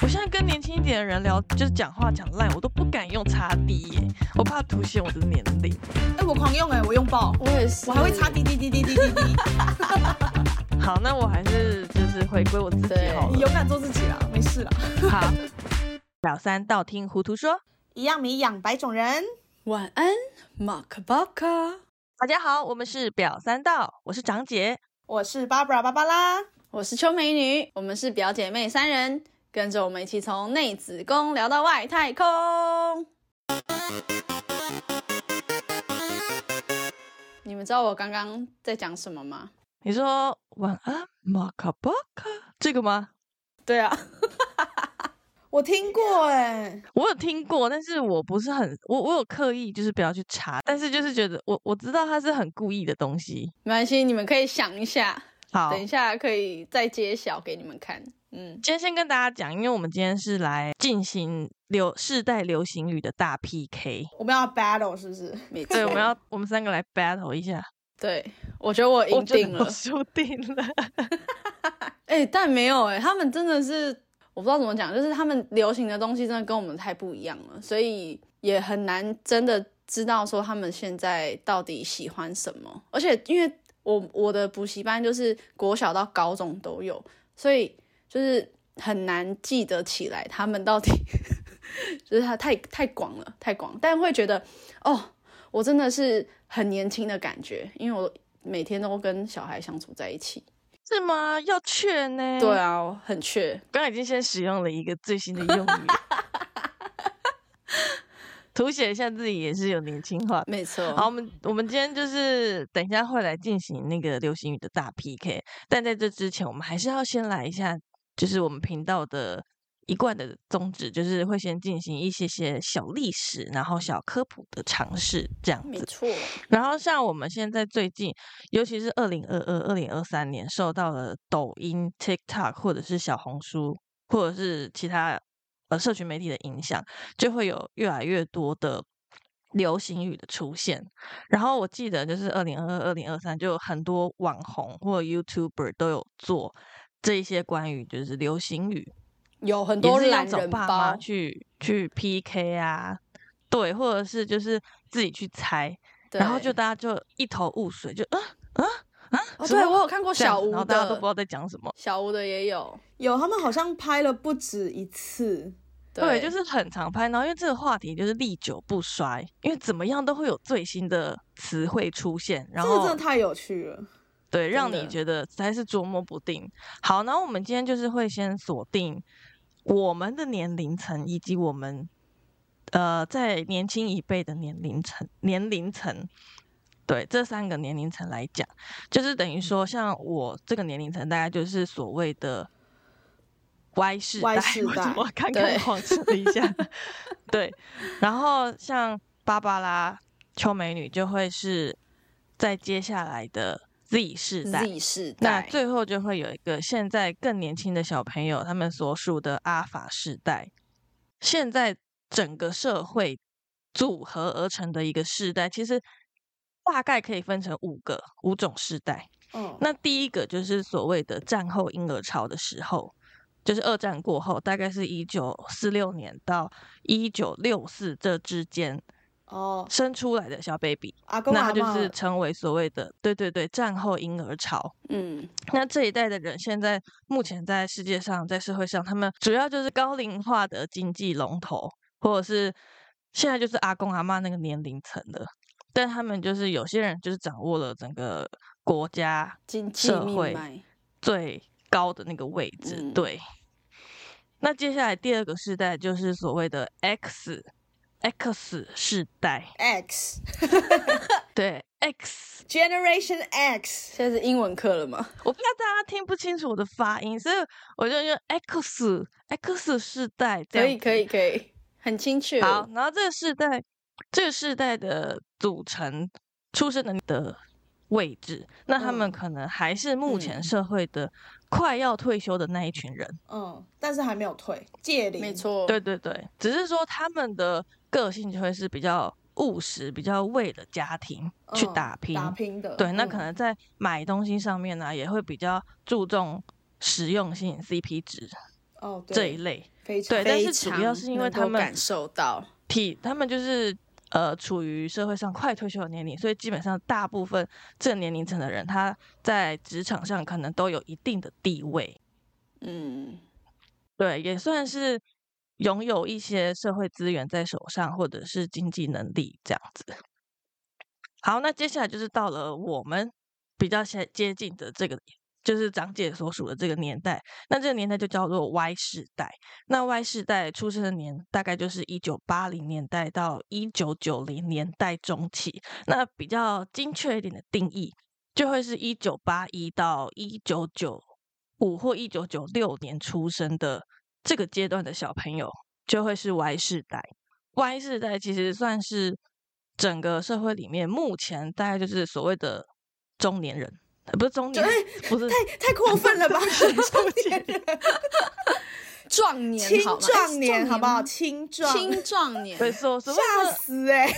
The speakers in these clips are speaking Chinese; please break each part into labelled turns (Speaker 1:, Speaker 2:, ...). Speaker 1: 我现在跟年轻一点的人聊，就是讲话讲烂，我都不敢用擦低耶，我怕凸显我的年龄。
Speaker 2: 哎、我狂用哎、我用爆，
Speaker 3: 我也是，
Speaker 2: 我还会擦滴滴滴滴滴滴滴。
Speaker 1: 好，那我还是就是回归我自己
Speaker 3: 对
Speaker 1: 好
Speaker 2: 你
Speaker 1: 了。
Speaker 2: 勇敢做自己啦，没事啦。
Speaker 1: 好，老三道听糊涂说。
Speaker 2: 一样米养百种人，
Speaker 3: 晚安，马克巴卡，
Speaker 1: 大家好，我们是表三道，我是长姐。
Speaker 2: 我是 Barbara 芭芭拉。
Speaker 3: 我是秋美女，我们是表姐妹三人，跟着我们一起从内子宫聊到外太空。你们知道我刚刚在讲什么吗？
Speaker 1: 你说晚安，马卡巴卡这个吗？
Speaker 3: 对啊，
Speaker 2: 我听过哎、
Speaker 1: 我有听过，但是我不是很，我我有刻意就是不要去查，但是就是觉得我我知道它是很故意的东西。
Speaker 3: 没关系，你们可以想一下，
Speaker 1: 好，
Speaker 3: 等一下可以再揭晓给你们看。嗯，
Speaker 1: 今天先跟大家讲，因为我们今天是来进行流世代流行语的大 PK，
Speaker 2: 我们要 battle 是不是？
Speaker 3: 没错，
Speaker 1: 对，我们要我们三个来 battle 一下，
Speaker 3: 对，我觉得我
Speaker 1: 我
Speaker 3: 赢
Speaker 1: 觉得
Speaker 3: 定了
Speaker 1: 我。输定了。
Speaker 3: 哎、但没有哎、他们真的是我不知道怎么讲，就是他们流行的东西真的跟我们太不一样了，所以也很难真的知道说他们现在到底喜欢什么。而且因为我我的补习班就是国小到高中都有，所以就是很难记得起来他们到底 就是他太太广了，太广，但会觉得哦，我真的是很年轻的感觉，因为我每天都跟小孩相处在一起。
Speaker 1: 是吗？要劝呢？
Speaker 3: 对，啊，我很缺。
Speaker 1: 刚刚已经先使用了一个最新的用语， 凸显一下自己也是有年轻化的。
Speaker 3: 没错，
Speaker 1: 好，我们我们今天就是等一下会来进行那个流行语的大 PK，但在这之前，我们还是要先来一下，就是我们频道的一贯的宗旨，就是会先进行一些些小历史，然后小科普的尝试这样
Speaker 3: 没
Speaker 1: 子。
Speaker 3: 错，
Speaker 1: 然后像我们现在最近，尤其是二零二二、二零二三年，受到了抖音、TikTok 或者是小红书，或者是其他呃社群媒体的影响，就会有越来越多的流行语的出现。然后我记得就是二零二二、二零二三，就有很多网红或 YouTuber 都有做这一些关于就是流行语
Speaker 3: 有很
Speaker 1: 也
Speaker 3: 多
Speaker 1: 是要
Speaker 3: 懒
Speaker 1: 找
Speaker 3: 人
Speaker 1: 爸妈
Speaker 3: 包，
Speaker 1: 去去 PK 啊，对，或者是就是自己去猜，
Speaker 3: 对
Speaker 1: 然后就大家就一头雾水，就啊啊啊！
Speaker 3: 哦，
Speaker 1: 什
Speaker 3: 对
Speaker 1: 么
Speaker 3: 我有看过
Speaker 1: 这样
Speaker 3: 小
Speaker 1: 子然
Speaker 3: 吴
Speaker 1: 后大家都不知
Speaker 3: 的，
Speaker 1: 道在讲什么。
Speaker 3: 小吴的也有，
Speaker 2: 有，他们好像拍了不止一次。
Speaker 1: 对，
Speaker 3: 对，
Speaker 1: 就是很常拍，然后因为这个话题就是历久不衰，因为怎么样都会有最新的词汇出现，然
Speaker 2: 这个
Speaker 1: 后
Speaker 2: 真的太有趣了。
Speaker 1: 对让
Speaker 3: 真
Speaker 1: 你
Speaker 3: 的
Speaker 1: 觉得实在是捉摸不定。好，然后我们今天就是会先锁定我们的年龄层以及我们呃在年轻一辈的年龄层年龄层，对这三个年龄层来讲，就是等于说像我这个年龄层，大概就是所谓的 Y 世 代。
Speaker 2: Y 世
Speaker 1: 为什
Speaker 2: 代
Speaker 1: 么我刚
Speaker 3: 对
Speaker 1: 刚忘记了一下？对，然后像芭芭拉、秋美女就会是在接下来的 Z 世代。
Speaker 3: Z 世
Speaker 1: 那
Speaker 3: 代，
Speaker 1: 最后就会有一个现在更年轻的小朋友，他们所属的阿法世代，现在整个社会组合而成的一个世代，其实大概可以分成五个五种世代。
Speaker 2: 嗯，
Speaker 1: 那第一个就是所谓的战后婴儿潮的时候，就是二战过后，大概是一九四六年到一九六四这之间
Speaker 2: 哦，
Speaker 1: 生出来的小 baby，
Speaker 2: 阿公
Speaker 1: 那他
Speaker 2: 阿
Speaker 1: 就
Speaker 2: 妈
Speaker 1: 是成为所谓的对对对战后婴儿潮。
Speaker 3: 嗯，
Speaker 1: 那这一代的人，现在目前在世界上，在社会上，他们主要就是高龄化的经济龙头，或者是现在就是阿公阿妈那个年龄层的，但他们就是有些人就是掌握了整个国家
Speaker 3: 经济
Speaker 1: 社
Speaker 3: 命
Speaker 1: 会
Speaker 3: 脉，
Speaker 1: 最高的那个位置。
Speaker 3: 嗯
Speaker 1: 对。那接下来第二个世代就是所谓的 X X 世代，
Speaker 2: X
Speaker 1: 对 X
Speaker 2: Generation X。
Speaker 3: 现在是英文课了吗？
Speaker 1: 我怕大家听不清楚我的发音，所以我就用 X X 世代这
Speaker 3: 可
Speaker 1: 样
Speaker 3: 以，
Speaker 1: 子
Speaker 3: 可以，可以，很清楚。
Speaker 1: 好，，然后这个世代，这个世代的组成出生的的位置，那他们
Speaker 3: 嗯
Speaker 1: 可能还是目前
Speaker 3: 嗯
Speaker 1: 社会的快要退休的那一群人。
Speaker 2: 嗯，但是还没有退，戒零。
Speaker 3: 没。错，
Speaker 1: 对，对对，只是说他们的个性就会是比较务实，比较为了家庭去
Speaker 2: 嗯
Speaker 1: 打拼。
Speaker 2: 打拼的，
Speaker 1: 对，那可
Speaker 2: 嗯
Speaker 1: 能在买东西上面呢、也会比较注重实用性、CP 值。
Speaker 2: 哦，
Speaker 1: 这一
Speaker 2: 对，
Speaker 1: 类。
Speaker 2: 非常
Speaker 1: 对但是主要是因为他们
Speaker 3: 能够感受到，
Speaker 1: 体他们就是呃处于社会上快退休的年龄，所以基本上大部分这个年龄层的人，他在职场上可能都有一定的地位，
Speaker 3: 嗯，
Speaker 1: 对，也算是拥有一些社会资源在手上，或者是经济能力这样子。好，那接下来就是到了我们比较接接近的这个，就是长姐所属的这个年代。那这个年代就叫做 Y 世代。那 Y 世代出生的年大概就是一九八零年代到一九九零年代中期。那比较精确一点的定义，就会是一九八一到一九九五或一九九六年出生的这个阶段的小朋友，就会是 Y 世代。Y 世代其实算是整个社会里面目前大概就是所谓的中年人，呃不是中年人，不是
Speaker 2: 太太过 分了吧？中年人，
Speaker 3: 壮年
Speaker 2: 青
Speaker 3: 好吗？哎
Speaker 2: 壮
Speaker 3: 是
Speaker 2: 年好不好？
Speaker 3: 吗
Speaker 2: 青壮，
Speaker 3: 青壮年，
Speaker 1: 对，所所谓
Speaker 2: 吓
Speaker 1: 的
Speaker 2: 死哎！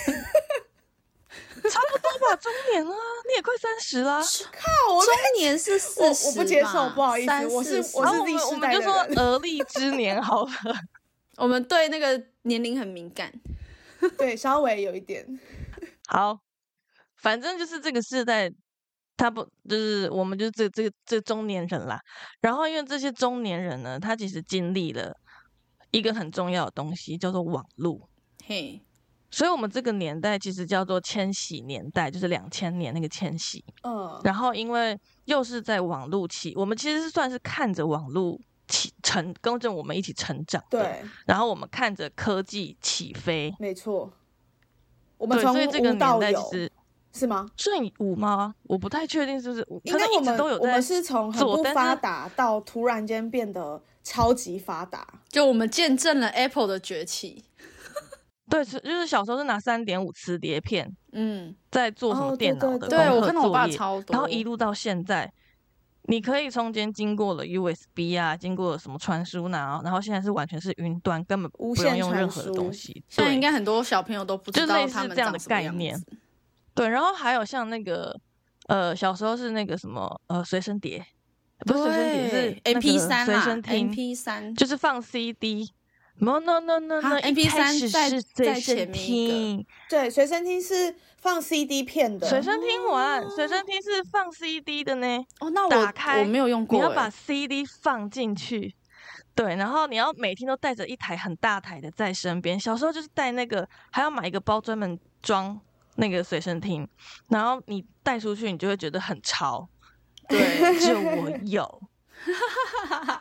Speaker 1: 差不多吧，中年啊，你也快三十啦。
Speaker 2: 靠，我
Speaker 3: 中年是四
Speaker 2: 我
Speaker 3: 十，
Speaker 2: 我不接受不好意思我是
Speaker 3: 30
Speaker 2: 我
Speaker 1: 然
Speaker 2: 是
Speaker 1: 后我
Speaker 2: Z
Speaker 1: 们我
Speaker 2: 世
Speaker 1: 们
Speaker 2: 代
Speaker 1: 就
Speaker 2: 的
Speaker 1: 说
Speaker 2: 人
Speaker 1: 而立之年好了。
Speaker 3: 我们对那个年龄很敏感。
Speaker 2: 对，稍微有一点，
Speaker 1: 好，反正就是这个世代，他不就是我们就是这这个这中年人啦。然后因为这些中年人呢，他其实经历了一个很重要的东西，叫做网络。
Speaker 3: 嘿，
Speaker 1: 所以我们这个年代其实叫做千禧年代，就是两千年那个千禧。
Speaker 2: 嗯，
Speaker 1: 然后因为又是在网络起，我们其实是算是看着网络起成跟着我们一起成长的。
Speaker 2: 对，
Speaker 1: 然后我们看着科技起飞，
Speaker 2: 没错，我们
Speaker 1: 对，
Speaker 2: 从
Speaker 1: 所以这个
Speaker 2: 无
Speaker 1: 年
Speaker 2: 到
Speaker 1: 代其
Speaker 2: 有
Speaker 1: 实
Speaker 2: 是吗？
Speaker 1: 算五吗？我不太确定是不是，
Speaker 2: 应
Speaker 1: 可
Speaker 2: 该
Speaker 1: 能
Speaker 2: 我
Speaker 1: 一直
Speaker 2: 们
Speaker 1: 都有
Speaker 2: 我
Speaker 1: 在啊
Speaker 2: 们是从很
Speaker 1: 做
Speaker 2: 不
Speaker 1: 但是
Speaker 2: 发达到突然间变得超级发达，
Speaker 3: 就我们见证了 Apple 的崛起。
Speaker 1: 对，是就是小时候是拿三点五磁碟片
Speaker 3: 嗯，
Speaker 1: 在做什
Speaker 2: 哦
Speaker 1: 么
Speaker 2: 对
Speaker 1: 电脑
Speaker 2: 对
Speaker 1: 的
Speaker 2: 对
Speaker 3: 对
Speaker 1: 功
Speaker 3: 我
Speaker 1: 课
Speaker 3: 看到我
Speaker 1: 作
Speaker 3: 爸
Speaker 1: 业
Speaker 3: 超多，
Speaker 1: 然后一路到现在，你可以中间经过了 USB 啊，经过了什么传输呢？然后现在是完全是云端，根本
Speaker 2: 无
Speaker 1: 不用
Speaker 2: 线
Speaker 1: 用
Speaker 2: 传
Speaker 1: 任何的东
Speaker 2: 输
Speaker 1: 西。
Speaker 3: 现在
Speaker 1: 对
Speaker 3: 应该很多小朋友都不
Speaker 1: 就
Speaker 3: 知道
Speaker 1: 类似
Speaker 3: 他们
Speaker 1: 这样
Speaker 3: 长
Speaker 1: 的
Speaker 3: 什么
Speaker 1: 概
Speaker 3: 样
Speaker 1: 念
Speaker 3: 子。
Speaker 1: 对，然后还有像那个呃，小时候是那个什么呃随身碟，不是随身碟是
Speaker 3: M P 三
Speaker 1: 随
Speaker 3: 啦
Speaker 1: 身听
Speaker 3: ，M P 三
Speaker 1: 就是放 CD。no no no no
Speaker 3: 啊
Speaker 1: no，一
Speaker 3: ，MP3
Speaker 1: 开始
Speaker 3: 在
Speaker 1: 是
Speaker 3: 在
Speaker 1: 随
Speaker 3: 前
Speaker 1: 身
Speaker 3: 面一个
Speaker 1: 听，
Speaker 2: 对，随身听是放 CD 片的，
Speaker 1: 随身听完，随身听是放 CD 的呢。
Speaker 3: 哦，那
Speaker 1: 打
Speaker 3: 我
Speaker 1: 开
Speaker 3: 我没有用过
Speaker 1: 你
Speaker 3: 欸，
Speaker 1: 要把 CD 放进去，对，然后你要每天都带着一台很大台的在身边。小时候就是带那个，还要买一个包专门装那个随身听，然后你带出去，你就会觉得很潮。
Speaker 3: 对，
Speaker 1: 就我有，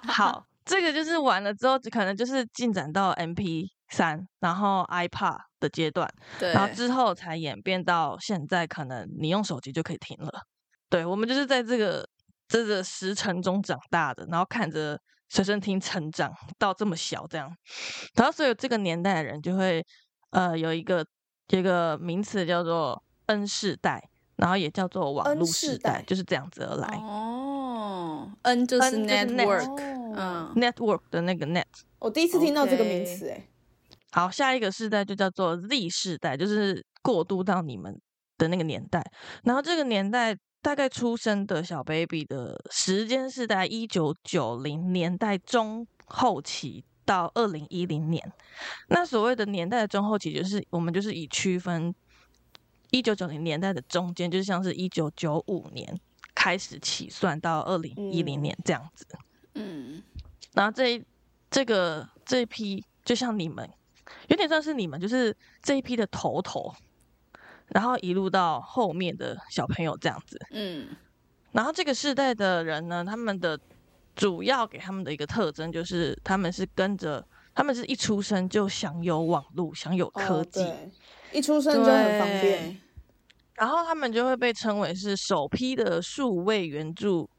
Speaker 1: 好，这个就是完了之后，可能就是进展到 MP 三，然后 iPad 的阶段。
Speaker 3: 对，
Speaker 1: 然后之后才演变到现在，可能你用手机就可以听了。对，我们就是在这个这个时辰中长大的，然后看着随身听成长到这么小这样，然后所有这个年代的人就会呃有一个有一个名词叫做 N 世代，然后也叫做网
Speaker 2: N
Speaker 1: 络
Speaker 2: 世
Speaker 1: 世
Speaker 2: 代
Speaker 1: 代，就是这样子而来。
Speaker 3: 哦，N 就是
Speaker 1: N 就是
Speaker 3: network，
Speaker 2: 哦
Speaker 3: 嗯，
Speaker 1: Network 的那个 net，
Speaker 2: 我第一次听到这个名
Speaker 3: OK
Speaker 2: 词，哎，
Speaker 1: 好，下一个世代就叫做 Z 世代，就是过渡到你们的那个年代。然后这个年代大概出生的小 baby 的时间是在一九九零年代中后期到二零一零年。那所谓的年代的中后期，就是我们就是以区分一九九零年代的中间，就像是一九九五年开始起算到二零一零
Speaker 2: 嗯
Speaker 1: 年这样子。
Speaker 3: 嗯，
Speaker 1: 然后这一这个这一批，就像你们，有点像是你们，就是这一批的头头，然后一路到后面的小朋友这样子。
Speaker 3: 嗯，
Speaker 1: 然后这个世代的人呢，他们的主要给他们的一个特征就是，他们是跟着，他们是一出生就享有网络，享有科
Speaker 2: 哦，
Speaker 1: 技，
Speaker 2: 对，一出生就很方便，
Speaker 1: 然后他们就会被称为是首批的数位原住，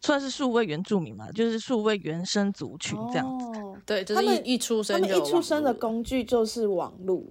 Speaker 1: 算是数位原住民嘛，就是数位原生族群这样子。
Speaker 2: 哦
Speaker 3: 对，就
Speaker 2: 他
Speaker 3: 是
Speaker 2: 们
Speaker 3: 一一出
Speaker 2: 他
Speaker 3: 生
Speaker 2: 们
Speaker 3: 就有
Speaker 2: 一出
Speaker 3: 网
Speaker 2: 生的
Speaker 3: 络
Speaker 2: 工具就是网络，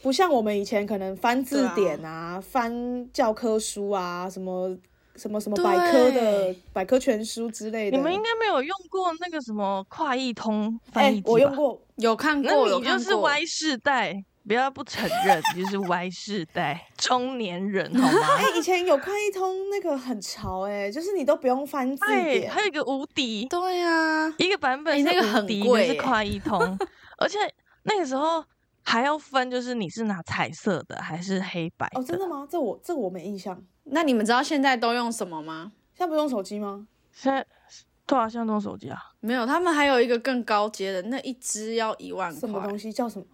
Speaker 2: 不像我们以前可能翻字典啊、翻教科书啊、什么什么什么百科的
Speaker 3: 对
Speaker 2: 百科全书之类的。
Speaker 1: 你们应该没有用过那个什么快译通翻
Speaker 2: 哎、
Speaker 1: 译机吧？
Speaker 2: 我用过，
Speaker 3: 有看
Speaker 1: 那
Speaker 3: 过，有
Speaker 1: 你就
Speaker 3: 看
Speaker 1: 是
Speaker 3: 过
Speaker 1: Y 世代，不要不承认，你就是 Y 世代中年人，好吗
Speaker 2: 哎、？以前有快一通那个很潮哎、就是你都不用翻字
Speaker 1: 对，
Speaker 2: 典
Speaker 1: 还，有一个无敌，
Speaker 3: 对呀、
Speaker 1: 一个版本
Speaker 3: 哎
Speaker 1: 是
Speaker 3: 那个
Speaker 1: 无
Speaker 3: 很
Speaker 1: 敌，一
Speaker 3: 贵
Speaker 1: 是
Speaker 3: 耶
Speaker 1: 快一通，而且那个时候还要分，就是你是拿彩色的还是黑白
Speaker 2: 哦，真的吗？这我这我没印象。
Speaker 3: 那你们知道现在都用什么吗？
Speaker 2: 现在不用手机吗？
Speaker 1: 现在对啊，现在都用手机啊，
Speaker 3: 没有，他们还有一个更高阶的，那一支要一万
Speaker 2: 什么
Speaker 3: 块
Speaker 2: 东。西叫什么？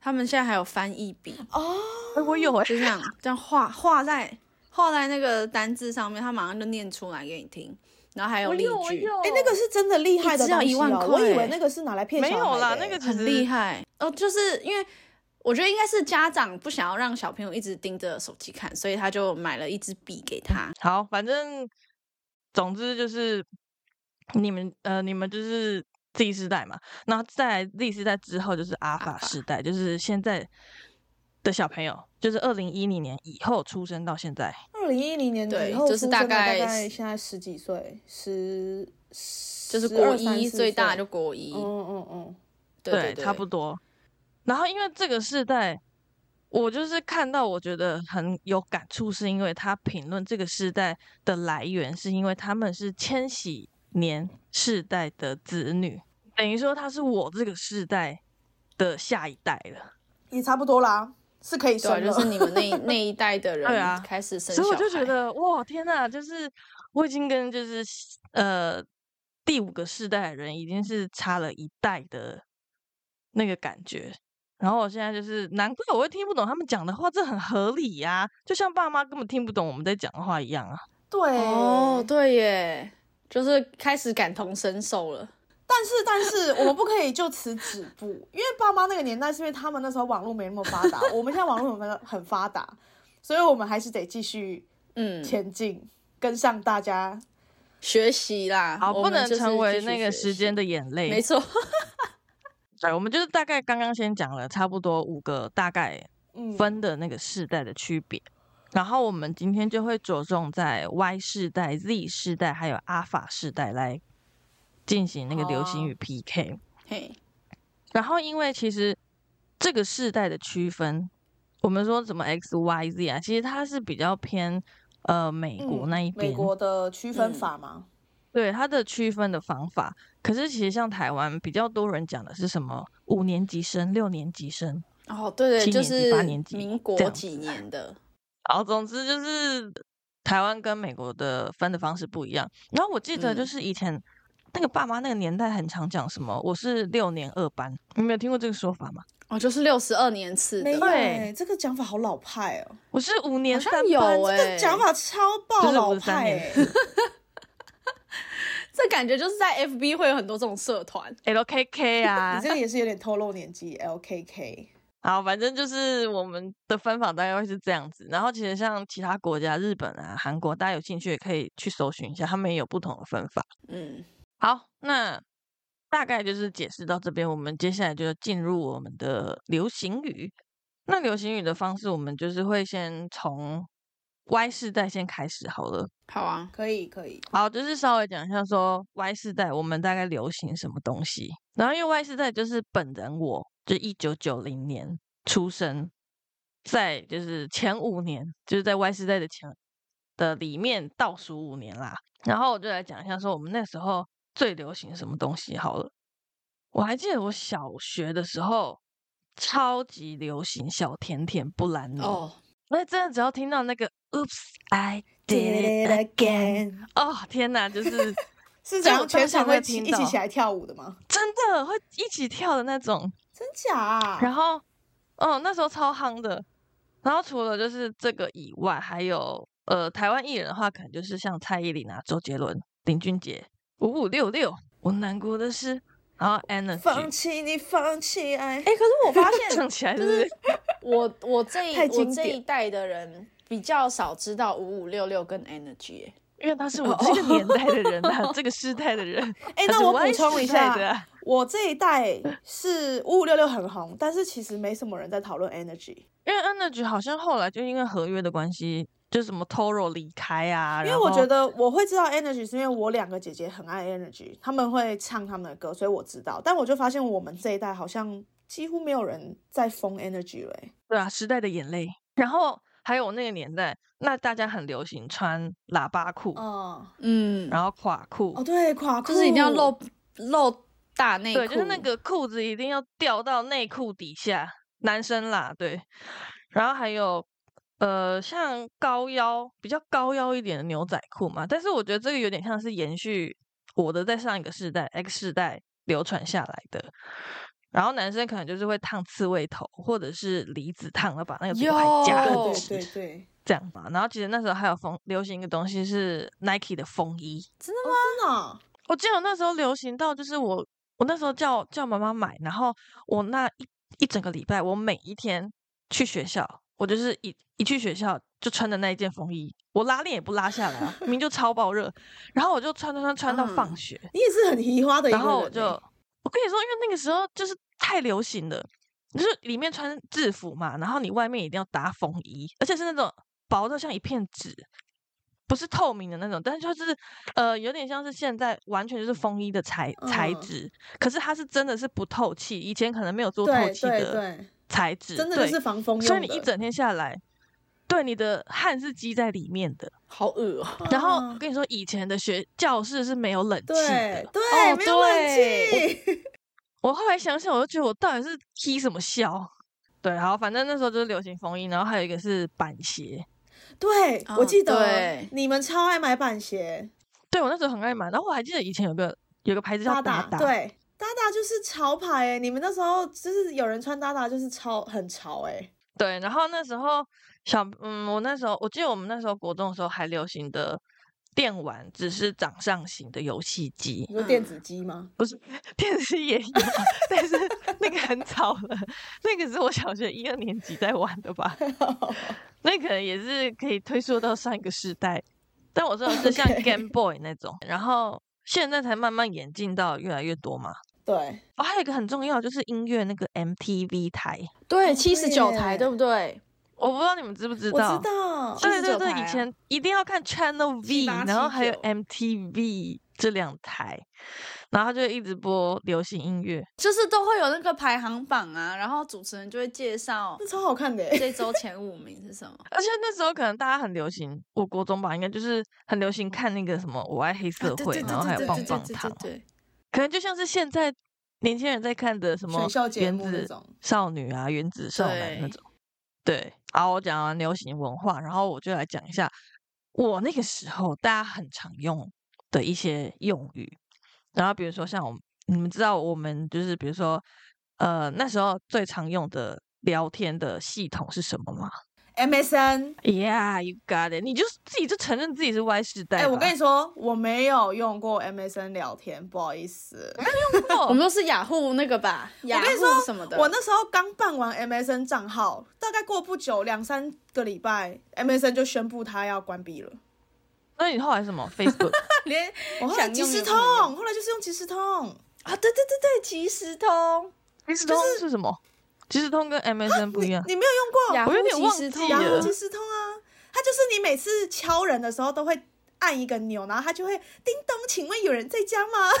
Speaker 3: 他们现在还有翻译笔，
Speaker 2: 哦，
Speaker 1: 哎我有哎、
Speaker 3: 就这样这样画画在画在那个单字上面，他马上就念出来给你听，然后还有例句，
Speaker 2: 哎、那个是真的厉害的
Speaker 3: 一只要
Speaker 2: 东西
Speaker 3: 一万
Speaker 2: 哦
Speaker 3: 块
Speaker 2: 我以为那个是拿来骗小
Speaker 1: 没
Speaker 2: 孩
Speaker 1: 有啦，
Speaker 2: 的
Speaker 1: 那个
Speaker 2: 欸
Speaker 1: 其
Speaker 3: 很
Speaker 1: 实
Speaker 3: 厉害哦。就是因为我觉得应该是家长不想要让小朋友一直盯着手机看，所以他就买了一支笔给他。
Speaker 1: 好，反正总之就是你们呃，你们就是 Z 世代嘛，然后再来 Z 世代之后就是阿尔法
Speaker 3: Alpha
Speaker 1: 世代，就是现在的小朋友，就是二零一零年以后出生到现在，
Speaker 2: 二零一零年
Speaker 3: 对
Speaker 2: 以后
Speaker 3: 就是
Speaker 2: 出生
Speaker 3: 大
Speaker 2: 的
Speaker 3: 概
Speaker 2: 大概
Speaker 3: 是
Speaker 2: 现在十几岁，十
Speaker 3: 就
Speaker 2: 十
Speaker 3: 是国
Speaker 2: 二三
Speaker 3: 一
Speaker 2: 四
Speaker 3: 最大
Speaker 2: 岁
Speaker 3: 就国一，
Speaker 2: 嗯嗯嗯，
Speaker 3: 对对对，
Speaker 1: 差不多。然后因为这个世代，我就是看到我觉得很有感触，是因为他评论这个世代的来源，是因为他们是千禧年世代的子女，等于说他是我这个世代的下一代了。
Speaker 2: 也差不多啦，是可以生
Speaker 3: 对，啊
Speaker 2: 了。
Speaker 3: 就是你 们那那一代的
Speaker 1: 对
Speaker 3: 人
Speaker 1: 啊
Speaker 3: 开始生小
Speaker 1: 所
Speaker 3: 孩，
Speaker 1: 以我就觉得哇，天呐，就是我已经跟就是呃第五个世代的人已经是差了一代的那个感觉。然后我现在就是难怪我会听不懂他们讲的话，这很合理呀、就像爸妈根本听不懂我们在讲的话一样啊。
Speaker 2: 对
Speaker 3: 哦，对耶，就是开始感同身受了。
Speaker 2: 但是但是我们不可以就此止步， 因为爸妈那个年代是因为他们那时候网络没那么发 达，我们现在网络很发很发达，所以我们还是得继续
Speaker 3: 嗯，
Speaker 2: 前进，跟上大家。
Speaker 3: 学习啦，
Speaker 1: 好，
Speaker 3: 我
Speaker 1: 不
Speaker 3: 们
Speaker 1: 能
Speaker 3: 就是
Speaker 1: 成为
Speaker 3: 继续
Speaker 1: 那个
Speaker 3: 学
Speaker 1: 时
Speaker 3: 习
Speaker 1: 间，的眼泪。
Speaker 3: 没错，
Speaker 1: 对，我们就是大概刚刚先讲了差不多五个大概
Speaker 2: 嗯，
Speaker 1: 分的那个世代的区别。然后我们今天就会着重在 Y 世代、Z 世代还有阿法世代来进行那个流行
Speaker 2: 好啊
Speaker 1: 语 PK。
Speaker 3: 嘿，
Speaker 1: 然后因为其实这个世代的区分，我们说什么 X、Y、Z 啊，其实它是比较偏呃美国
Speaker 2: 嗯
Speaker 1: 那一
Speaker 2: 美
Speaker 1: 边，
Speaker 2: 国的区分法吗？
Speaker 1: 对它的区分的方法。可是其实像台湾比较多人讲的是什么五年级生、六年级生，
Speaker 3: 哦，对
Speaker 1: 七年
Speaker 3: 对，就
Speaker 1: 级
Speaker 3: 是
Speaker 1: 八年级
Speaker 3: 民
Speaker 1: 这
Speaker 3: 国
Speaker 1: 样
Speaker 3: 几年的，
Speaker 1: 好，总之就是台湾跟美国的分的方式不一样。然后我记得就
Speaker 3: 嗯
Speaker 1: 是以前、那个爸妈那个年代很常讲什么，我是六年二班，你没有听过这个说法吗？
Speaker 3: 哦，就是六十二年次
Speaker 2: 没
Speaker 3: 嗯的
Speaker 2: 有、
Speaker 1: 对
Speaker 2: 欸，这个讲法好老派哦、
Speaker 1: 我是五年
Speaker 3: 好
Speaker 1: 三
Speaker 3: 像有
Speaker 1: 班，
Speaker 2: 这
Speaker 3: 哎、
Speaker 2: 个讲法超
Speaker 1: 就
Speaker 2: 爆
Speaker 1: 是
Speaker 2: 老
Speaker 1: 53
Speaker 2: 派、欸
Speaker 1: 年，
Speaker 3: 这感觉就是在 FB 会有很多这种社团，
Speaker 1: LKK 啊
Speaker 2: 你这。个也是有点透露年纪，LKK。
Speaker 1: 好，反正就是我们的分法大概会是这样子。然后其实像其他国家，日本啊、韩国，大家有兴趣也可以去搜寻一下，他们也有不同的分法。
Speaker 3: 嗯，
Speaker 1: 好，那大概就是解释到这边，我们接下来就进入我们的流行语。那流行语的方式，我们就是会先从 Y 世代先开始好了。
Speaker 3: 好啊，
Speaker 2: 可以可以，
Speaker 1: 好，就是稍微讲一下说 Y 世代我们大概流行什么东西。然后因为 Y 世代就是本人我，就一九九零年出生，在就是前五年，就是在 Y 世代的前的里面倒数五年啦。然后我就来讲一下说我们那时候最流行什么东西好了。我还记得我小学的时候超级流行小甜甜布兰妮，
Speaker 3: 哦，
Speaker 1: 那真的只要听到那个 Oops I Did It Again。哦，天哪， 就是这
Speaker 2: 是怎
Speaker 1: 样
Speaker 2: 样全场
Speaker 1: 会
Speaker 2: 会起
Speaker 1: 听
Speaker 2: 一
Speaker 1: 到
Speaker 2: 起起来跳舞的吗？
Speaker 1: 真的会一起跳的那种。
Speaker 2: 真假、啊？
Speaker 1: 然后，哦，那时候超夯的。然后除了就是这个以外，还有呃，台湾艺人的话，可能就是像蔡依林啊、周杰伦、林俊杰、五五六六。我难过的是，然后 Energy
Speaker 2: 放弃你，放弃爱。
Speaker 3: 哎、可是我发
Speaker 1: 唱
Speaker 3: 现
Speaker 1: 起来是
Speaker 3: 就
Speaker 1: 不是
Speaker 3: 是我我这一
Speaker 2: 太
Speaker 3: 我
Speaker 2: 经
Speaker 3: 这一
Speaker 2: 典
Speaker 3: 代的人比较少知道五五六六跟 Energy，耶、
Speaker 1: 因为他是我这个年代的人 啊，这个世代的人。
Speaker 2: 哎、
Speaker 1: 他
Speaker 2: 那
Speaker 1: 是
Speaker 2: 我
Speaker 1: Y
Speaker 2: 补充一
Speaker 1: 世代的
Speaker 2: 下，
Speaker 1: 啊
Speaker 2: 我这一代是五五六六很红，但是其实没什么人在讨论 energy，
Speaker 1: 因为 Energy 好像后来就因为合约的关系，就什么 Toro 离开啊，
Speaker 2: 因为
Speaker 1: 然
Speaker 2: 我
Speaker 1: 后
Speaker 2: 觉得我会知道 energy 是因为我两个姐姐很爱 energy，她们会唱她们的歌，所以我知道。但我就发现我们这一代好像几乎没有人在封 energy 了欸、
Speaker 1: 对啊，时代的眼泪。 然后还有那个年代，那大家很流行穿喇叭裤，
Speaker 2: 嗯，
Speaker 3: 嗯，
Speaker 1: 然后垮裤，
Speaker 2: 哦对，垮哦裤
Speaker 3: 就是一定要露露大内裤，
Speaker 1: 对，就是那个裤子一定要掉到内裤底下，男生啦，对。然后还有呃，像高腰比较高腰一点的牛仔裤嘛，但是我觉得这个有点像是延续我的在上一个世代 X 世代流传下来的。然后男生可能就是会烫刺猬头，或者是离子烫，然后把那个品牌加
Speaker 2: 对
Speaker 1: 很
Speaker 3: 有
Speaker 2: 对
Speaker 1: 直
Speaker 2: 对对，
Speaker 1: 这样吧。然后其实那时候还有风流行一个东西是 Nike 的风衣，
Speaker 2: 真的啊、
Speaker 1: 我记得我那时候流行到，就是我我那时候叫叫妈妈买，然后我那一一整个礼拜，我每一天去学校，我就是一一去学校就穿的那一件风衣，我拉链也不拉下来、啊，明明就超爆热，然后我就穿穿穿穿到放
Speaker 3: 嗯
Speaker 1: 学，
Speaker 2: 你也是很移花的一个
Speaker 1: 然
Speaker 2: 人欸、
Speaker 1: 后我就我跟你说，因为那个时候就是太流行了，就是里面穿制服嘛，然后你外面一定要搭风衣，而且是那种薄到像一片纸，不是透明的那种，但是就是呃，有点像是现在完全就是风衣的材材
Speaker 2: 嗯
Speaker 1: 质，可是它是真的是不透气，以前可能没有做透
Speaker 2: 对
Speaker 1: 气
Speaker 2: 对
Speaker 1: 的
Speaker 2: 对，
Speaker 1: 材质，
Speaker 2: 真的
Speaker 1: 对
Speaker 2: 就是防风用
Speaker 1: 所以
Speaker 2: 的。
Speaker 1: 你一整天下来，对你的汗是积在里面的。
Speaker 3: 好恶哦、
Speaker 1: 然后我
Speaker 2: 啊
Speaker 1: 跟你说，以前的学教室是没有冷气的
Speaker 2: 对，对、
Speaker 3: 哦
Speaker 2: 没有冷
Speaker 3: 对
Speaker 2: 气，
Speaker 1: 我后来想想，我就觉得我到底是踢什么笑？对，好，反正那时候就是流行风衣，然后还有一个是板鞋。
Speaker 2: 对、
Speaker 3: 啊
Speaker 2: 我记得
Speaker 3: 对
Speaker 2: 你们超爱买板鞋，
Speaker 1: 对我那时候很爱买，然后我还记得以前有个有个牌子叫
Speaker 2: 达达
Speaker 1: 达，
Speaker 2: 对，达达就是潮牌哎、你们那时候就是有人穿达达就是超很潮哎、
Speaker 1: 对，然后那时候小嗯，我那时候我记得我们那时候国中的时候还流行的电玩，只是掌上型的游戏机
Speaker 2: 你，说电子机吗？
Speaker 1: 电视也有，啊但是那个很早了，那个是我小学一二年级在玩的吧。那可能也是可以推溯到上一个世代，但我说的是像
Speaker 2: OK
Speaker 1: Game Boy 那种，然后现在才慢慢演进到越来越多嘛。
Speaker 2: 对，
Speaker 1: 哦，还有一个很重要就是音乐那个 MTV 台，
Speaker 3: 对，
Speaker 2: 哦
Speaker 3: 七十九
Speaker 2: 对
Speaker 3: 台，
Speaker 2: 耶
Speaker 3: 对不对？
Speaker 1: 我不知道你们知不知
Speaker 2: 我
Speaker 1: 道？
Speaker 2: 知道，
Speaker 1: 对对
Speaker 3: 79
Speaker 1: 对，
Speaker 3: 台
Speaker 1: 以
Speaker 3: 啊
Speaker 1: 前一定要看 Channel V，
Speaker 3: 78
Speaker 1: 然后还有
Speaker 3: 79
Speaker 1: MTV 这两台，然后就一直播流行音乐。
Speaker 3: 就是都会有那个排行榜啊，然后主持人就会介 绍
Speaker 2: 那超好看的、欸。
Speaker 3: 这周前五名是什么。
Speaker 1: 而且那时候可能大家很流行，我国中吧，应该就是很流行看那个什么《我爱
Speaker 3: 啊
Speaker 1: 黑社会》，然后还有棒棒糖，哦
Speaker 3: 对，
Speaker 1: 可能就像是现在年轻人在看的什么
Speaker 2: 选秀节
Speaker 1: 原
Speaker 2: 目那
Speaker 1: 子
Speaker 2: 种，
Speaker 1: 少女啊、原子少男那
Speaker 3: 对
Speaker 1: 种。对，好，我讲完流行文化，然后我就来讲一下我那个时候大家很常用的一些用语。然后比如说像我们，你们知道我们就是比如说，呃，那时候最常用的聊天的系统是什么吗
Speaker 2: MSN。
Speaker 1: ？Yeah, you got it。你就自己就承认自己是 Y 世代
Speaker 2: 哎、
Speaker 1: 吧。
Speaker 2: 我跟你说，我没有用过 MSN 聊天，不好意思。
Speaker 1: 说
Speaker 3: 我们都是雅虎那个吧，雅
Speaker 2: 跟你
Speaker 3: 虎什么的。
Speaker 2: 我那时候刚办完 MSN 账号，大概过不久两三个礼拜，MSN 就宣布它要关闭了。
Speaker 1: 那你后来什么 Facebook？
Speaker 3: 连
Speaker 2: 我后来即时通，后来就是用即时通。
Speaker 3: 啊，对对对对，即时通，
Speaker 1: 即时通是什么？即时通跟 MSN 不一样。
Speaker 2: 你没有用
Speaker 3: 雅
Speaker 2: 过
Speaker 1: 我
Speaker 3: 虎
Speaker 1: 有点
Speaker 3: 即
Speaker 1: 忘
Speaker 3: 时
Speaker 1: 记
Speaker 3: 通
Speaker 1: 了
Speaker 2: 雅虎
Speaker 3: 啊，
Speaker 2: 即时通啊？它就是你每次敲人的时候都会按一个钮，然后它就会叮咚，请问有人在家吗？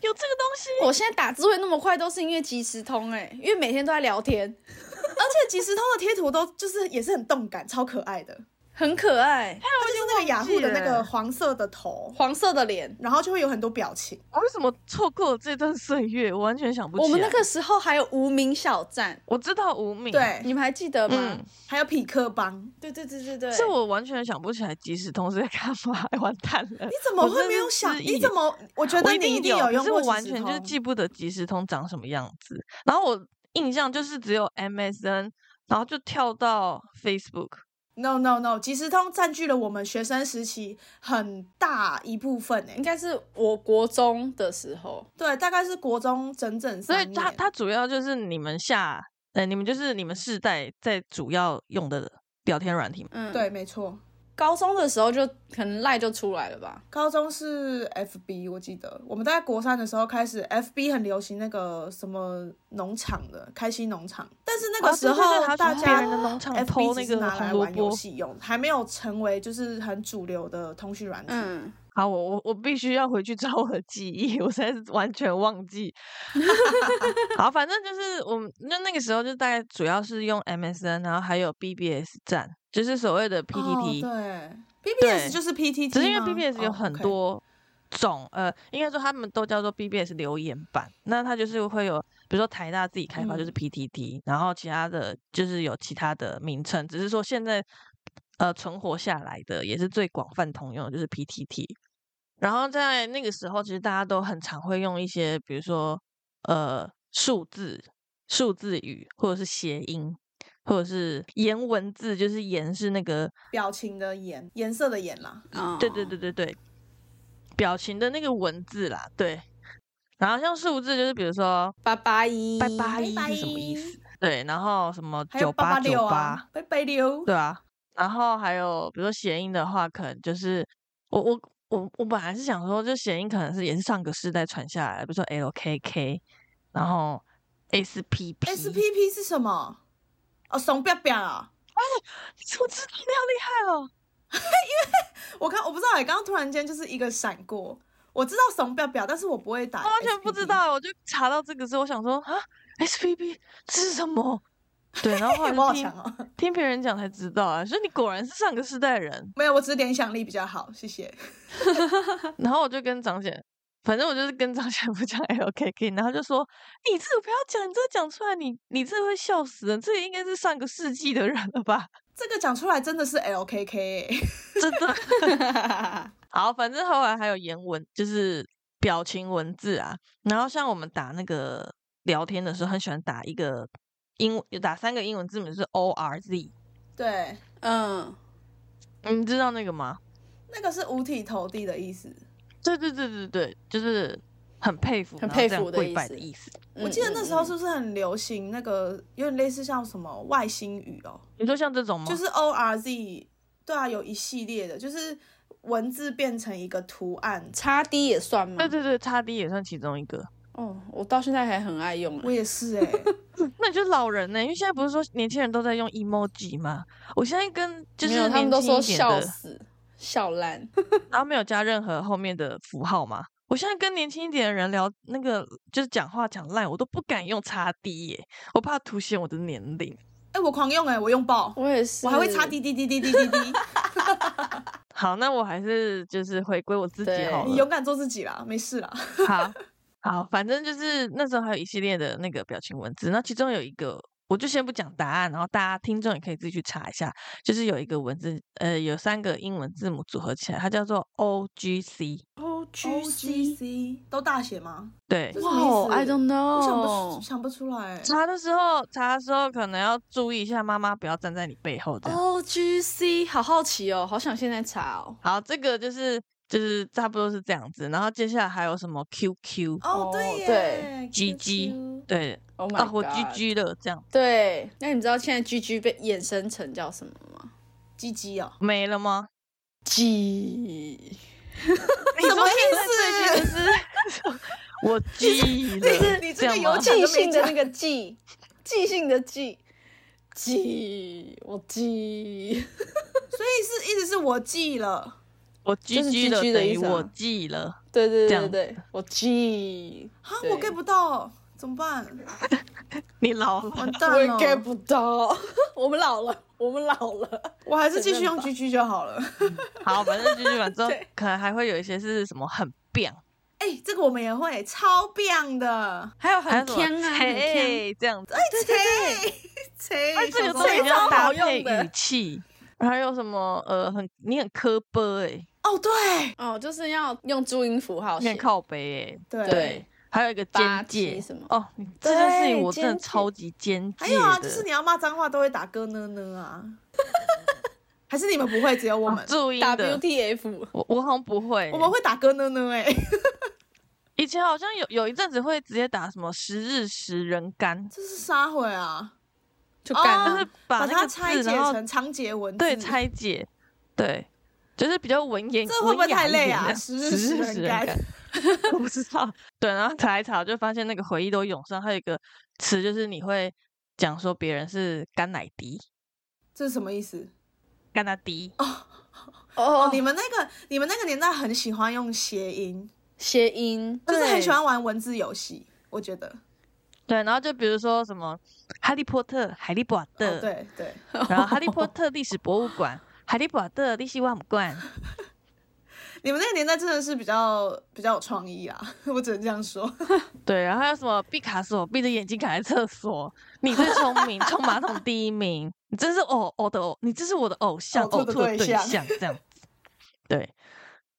Speaker 1: 有这个东西？
Speaker 3: 我现在打字会那么快，都是因为即时通哎、因为每天都在聊天，
Speaker 2: 而且即时通的贴图都就是也是很动感，超可爱的。
Speaker 3: 很可爱，
Speaker 2: 它就是那个雅虎的那
Speaker 1: 了
Speaker 2: 个黄色的头，
Speaker 3: 黄色的脸。
Speaker 2: 然后就会有很多表情。
Speaker 1: 我为什么错过了这段岁月？我完全想不起来。
Speaker 3: 我们那个时候还有无名小站，
Speaker 1: 我知道无名，，
Speaker 2: 对，
Speaker 3: 你们还记得吗？
Speaker 1: 嗯
Speaker 2: 还有匹克帮，
Speaker 3: 对对对对对，
Speaker 1: 是我完全想不起来即时通是在干嘛，哎完蛋了！
Speaker 2: 你怎么会没有想？你怎？么？我觉
Speaker 1: 我
Speaker 2: 得
Speaker 1: 一
Speaker 2: 你
Speaker 1: 定
Speaker 2: 一定
Speaker 1: 有，可
Speaker 2: 用
Speaker 1: 是
Speaker 2: 过
Speaker 1: 我
Speaker 2: 即
Speaker 1: 完
Speaker 2: 时
Speaker 1: 全就是
Speaker 2: 通
Speaker 1: 记不得即时通长什么样子。然后我印象就是只有 MSN，然后就跳到 Facebook。
Speaker 2: No no no，即时通占据了我们学生时期很大一部分诶、
Speaker 3: 应该是我国中的时候，
Speaker 2: 对，大概是国中整整
Speaker 1: 所以
Speaker 2: 三年。
Speaker 1: 它它主要就是你们下，呃，你们就是你们世代在主要用的聊天软体嘛。
Speaker 3: 嗯，
Speaker 2: 对，，没错，
Speaker 3: 高中的时候就可能赖就出来了吧，
Speaker 2: 高中是 FB，我记得我们在国三的时候开始，FB 很流行那个什么农场的开心农场，但是那
Speaker 1: 啊
Speaker 2: 个时
Speaker 1: 对对对还
Speaker 2: 候
Speaker 1: 要去
Speaker 2: 大
Speaker 1: 别人的
Speaker 2: 家。
Speaker 1: 农场
Speaker 2: FB
Speaker 1: 偷
Speaker 2: 只
Speaker 1: 那
Speaker 2: 是
Speaker 1: 个
Speaker 2: 拿
Speaker 1: 红
Speaker 2: 来
Speaker 1: 萝
Speaker 2: 玩游
Speaker 1: 卜，哦
Speaker 2: 戏用，还没有成为就是很主流的通讯软体。哦
Speaker 3: 嗯，
Speaker 1: 好，我我我必须要回去 找我的记忆，我实在是完全忘记。 好，反正就是我们那那个时候就大概主要是用 MSN，然后还有 BBS 站，就是所谓的 PTT，、
Speaker 2: 哦、对
Speaker 1: 对
Speaker 2: ，BBS 就是 PTT，
Speaker 1: 只是因为
Speaker 2: 吗
Speaker 1: BBS 有很，
Speaker 2: 哦
Speaker 1: 多种，呃，应该说他们都叫做 BBS 留言版。那它就是会有，比如说台大自己开发就是
Speaker 3: 嗯
Speaker 1: PTT，、然后其他的就是有其他的名称，只是说现在呃存活下来的也是最广泛通用的就是 PTT。然后在那个时候，其实大家都很常会用一些，比如说呃数字、数字语，或者是谐音，或者是颜文字，就是颜是那个
Speaker 2: OK 表情的颜颜色的颜啦，
Speaker 3: 嗯，
Speaker 1: 对对对对对，表情的那个文字啦，对。然后像数字就是比如说
Speaker 3: 八八一，
Speaker 1: 拜八一
Speaker 2: 拜
Speaker 1: 是什么意思？对，然后什么
Speaker 2: 还有
Speaker 1: 九
Speaker 2: 八
Speaker 1: 八
Speaker 2: 六
Speaker 1: 九
Speaker 2: 啊
Speaker 1: 八，，
Speaker 2: 拜拜六，
Speaker 1: 对啊。然后还有比如说谐音的话，可能就是我我我我本来是想说，就谐音可能是也是上个世代传下来的，比如说 LKK，然后 SPP。
Speaker 2: SPP 哎是什么？哦，怂彪彪啊！
Speaker 1: 你怎么知道？你好厉害哦！
Speaker 2: 我看我不知道，欸刚刚突然间就是一个闪过。我知道怂彪彪，但是我不会打 SPP，
Speaker 1: 我完全不知道，我就查到这个之后，我想说啊，SPP 这是什么？ 对，然后后
Speaker 2: 哎
Speaker 1: 来
Speaker 2: 我好
Speaker 1: 就听
Speaker 2: 强哦！
Speaker 1: 听别人讲才知道啊，所以你果然是上个世代人。
Speaker 2: 没有，我只是联想力比较好，谢谢。
Speaker 1: 然后我就跟张姐，反正我就是跟张姐夫讲 LKK，然后就说你这个不要讲，你这个讲出来你你这个会笑死人，这个应该是上个世纪的人了吧？
Speaker 2: 这个讲出来真的是 LKK，、欸、
Speaker 1: 真的。
Speaker 3: 嗯
Speaker 1: 好，反正后来还有言文，就是表情文字啊。然后像我们打那个聊天的时候，很喜欢打一个英文打三个英文字母，就是 O R Z。
Speaker 2: 对，
Speaker 3: 嗯，
Speaker 1: 你知道那个吗？
Speaker 2: 那个是五体投地的意思。
Speaker 1: 对对对对对，就是很佩服，
Speaker 3: 很
Speaker 1: 然后
Speaker 3: 佩
Speaker 1: 这样
Speaker 3: 服的
Speaker 1: 跪
Speaker 3: 意
Speaker 1: 拜
Speaker 3: 思
Speaker 1: 的意思。
Speaker 2: 我记得那时候
Speaker 3: 嗯
Speaker 2: 是不是很流行那个有点类似像什么外星语哦，
Speaker 1: 你说像这种吗？
Speaker 2: 就是 O R Z，对啊，有一系列的，就是文字变成一个图案。
Speaker 3: 嗯叉 D 也算吗？
Speaker 1: 对对对，差 D 也算其中一个。
Speaker 3: 哦，我到现在还很爱用
Speaker 2: 我
Speaker 3: 欸。
Speaker 2: 也是哎、
Speaker 1: 那你就老人呢、因为现在不是说年轻人都在用 emoji 吗？我现在跟就
Speaker 3: 没
Speaker 1: 是
Speaker 3: 有，他们
Speaker 1: 年
Speaker 3: 都
Speaker 1: 轻
Speaker 3: 说
Speaker 1: 一点
Speaker 3: 笑
Speaker 1: 的
Speaker 3: 死、笑 烂。
Speaker 1: 然后没有加任何后面的符号嘛。我现在跟年轻一点的人聊那个，就是讲话讲烂，我都不敢用叉 D 耶，我怕凸显我的年龄。
Speaker 2: 哎、我狂用哎、我用爆，
Speaker 3: 我也是，
Speaker 2: 我还会插滴滴滴滴滴滴 滴。
Speaker 1: 好，那我还是就是回归我自己
Speaker 3: 对
Speaker 1: 好
Speaker 2: 你
Speaker 1: 了。
Speaker 2: 勇敢做自己啦，没事啦。
Speaker 1: 好，好，反正就是那时候还有一系列的那个表情文字，那其中有一个。我就先不讲答案，然后大家听众也可以自己去查一下，就是有一个文字，呃，有三个英文字母组合起来，它叫做 O G C，
Speaker 3: O
Speaker 2: O G C 都大写吗？
Speaker 1: 对，
Speaker 2: 这是什
Speaker 3: 哇
Speaker 2: 么意思
Speaker 3: 哦，I don't
Speaker 2: 我想不
Speaker 3: know
Speaker 2: 出。想不出来、欸。
Speaker 1: 查的时候，查的时候可能要注意一下，妈妈不要站在你背后这
Speaker 2: 哦
Speaker 1: 样。
Speaker 3: O G C，好好奇哦，好想现在查哦。
Speaker 1: 好，这个就是就是差不多是这样子，然后接下来还有什么 QQ，、
Speaker 2: 哦，对耶，
Speaker 3: 对
Speaker 1: GG 对，
Speaker 3: Oh my
Speaker 1: 啊，我
Speaker 3: god
Speaker 1: GG 了这样
Speaker 3: 对，那你知道现在 G G 被衍生成叫什么吗
Speaker 2: G G 哦，
Speaker 1: 没了 吗？
Speaker 3: ？G，
Speaker 1: 你
Speaker 2: 什么
Speaker 1: 说现
Speaker 2: 意
Speaker 1: 在最新的是我 G 了，
Speaker 2: 你这
Speaker 1: 这
Speaker 2: 个
Speaker 1: 样
Speaker 2: 有
Speaker 1: 吗
Speaker 2: 讲都没
Speaker 3: 即兴的那个 G，即兴的 G。G，我 G，
Speaker 2: 所以是一直是我记了。
Speaker 1: 我
Speaker 3: 就是
Speaker 1: GG 了，
Speaker 3: GG 的
Speaker 1: 等于
Speaker 3: 意思啊
Speaker 1: 我 G 了。
Speaker 3: 对
Speaker 1: 这
Speaker 3: 对对
Speaker 1: 样
Speaker 3: 对，我 G，
Speaker 2: 哈，
Speaker 3: 对
Speaker 2: 我 get 不到，怎么 办？
Speaker 1: 你老了
Speaker 2: 完，
Speaker 3: 我也
Speaker 2: 蛋了，
Speaker 3: get 不到， 我们老了，我们老了。
Speaker 2: 我还是继续用 G G 就好了。
Speaker 1: 好，反正 GG 完之后
Speaker 3: 对，
Speaker 1: 可能还会有一些是什么很变，
Speaker 2: 哎、这个我们也会，超棒的。
Speaker 3: 还有
Speaker 1: 还有什
Speaker 3: 很强
Speaker 1: 么
Speaker 3: 啊，很强。
Speaker 1: 嘿这样子。
Speaker 2: 对切
Speaker 1: 哎，
Speaker 2: 切，
Speaker 1: 这个真的
Speaker 2: 小时候
Speaker 3: 这
Speaker 1: 很
Speaker 3: 个
Speaker 1: 要
Speaker 3: 超
Speaker 1: 搭
Speaker 3: 好用
Speaker 1: 配
Speaker 3: 的
Speaker 1: 语气，还有什么呃，很你很磕巴哎，
Speaker 2: 哦，对
Speaker 3: 哦，就是要用注音符号
Speaker 1: 你
Speaker 3: 写
Speaker 1: 很。靠北哎，
Speaker 2: 对
Speaker 3: 对，
Speaker 1: 还有一个
Speaker 3: 八
Speaker 1: 尖
Speaker 3: 七
Speaker 1: 界
Speaker 3: 什么
Speaker 1: 哦，你这件事情
Speaker 3: 对
Speaker 1: 我真的
Speaker 3: 尖界哎
Speaker 1: 超级尖界
Speaker 2: 还
Speaker 1: 的。
Speaker 2: 有啊，就是你要骂脏话都会打咯呢呢啊，还是你们不会，只有我们，
Speaker 1: 注音的，
Speaker 3: WTF，
Speaker 1: 我我好像不会欸，欸
Speaker 2: 我们会打咯呢呢哎、
Speaker 1: 以前好像有有一阵子会直接打什么十日十人干，
Speaker 2: 这是啥会啊？
Speaker 3: 就
Speaker 2: 哦
Speaker 3: 干啊
Speaker 1: 就是
Speaker 3: 了。
Speaker 1: 把
Speaker 2: 把
Speaker 1: 那
Speaker 2: 它
Speaker 1: 个
Speaker 2: 拆
Speaker 1: 字
Speaker 2: 解
Speaker 1: 然后
Speaker 2: 成长节文字，
Speaker 1: 对拆解，对。就是比较文言，
Speaker 2: 这会不会
Speaker 1: 文雅
Speaker 2: 太
Speaker 1: 一
Speaker 2: 累
Speaker 1: 点
Speaker 2: 啊
Speaker 1: 这 样
Speaker 2: 十日
Speaker 1: 十
Speaker 2: 十
Speaker 1: 日
Speaker 2: 人
Speaker 1: 十人
Speaker 2: 干
Speaker 1: 干， 我不知道。 对，然后查一查，就发现那个回忆都涌上。还有一个词就是你会讲说别人是干奶迪、
Speaker 2: 这是什么意思？
Speaker 1: 干奶迪，
Speaker 2: 哦
Speaker 3: 哦，
Speaker 2: 你们那个你们那个年代很喜欢用谐音，
Speaker 3: 谐音
Speaker 2: 就是很
Speaker 1: 对
Speaker 2: 喜欢玩文字游戏，我觉得。
Speaker 1: 对，然后就比如说什么哈利波特、海利波特，
Speaker 2: 哦，对对，
Speaker 1: 然后哈利波特历史博物馆、 海利波特历史博物馆，
Speaker 2: 你们那个年代真的是比较比较有创意啦， 我只能这样说。
Speaker 1: 对，然后还有什么毕卡索闭着眼睛卡在厕所，你最聪明，冲马桶第一名，你真是偶偶的偶，你这是我的偶像，
Speaker 2: 呕吐
Speaker 1: 呕
Speaker 2: 的
Speaker 1: 吐的
Speaker 2: 对
Speaker 1: 对
Speaker 2: 象
Speaker 1: 象，这样子。对，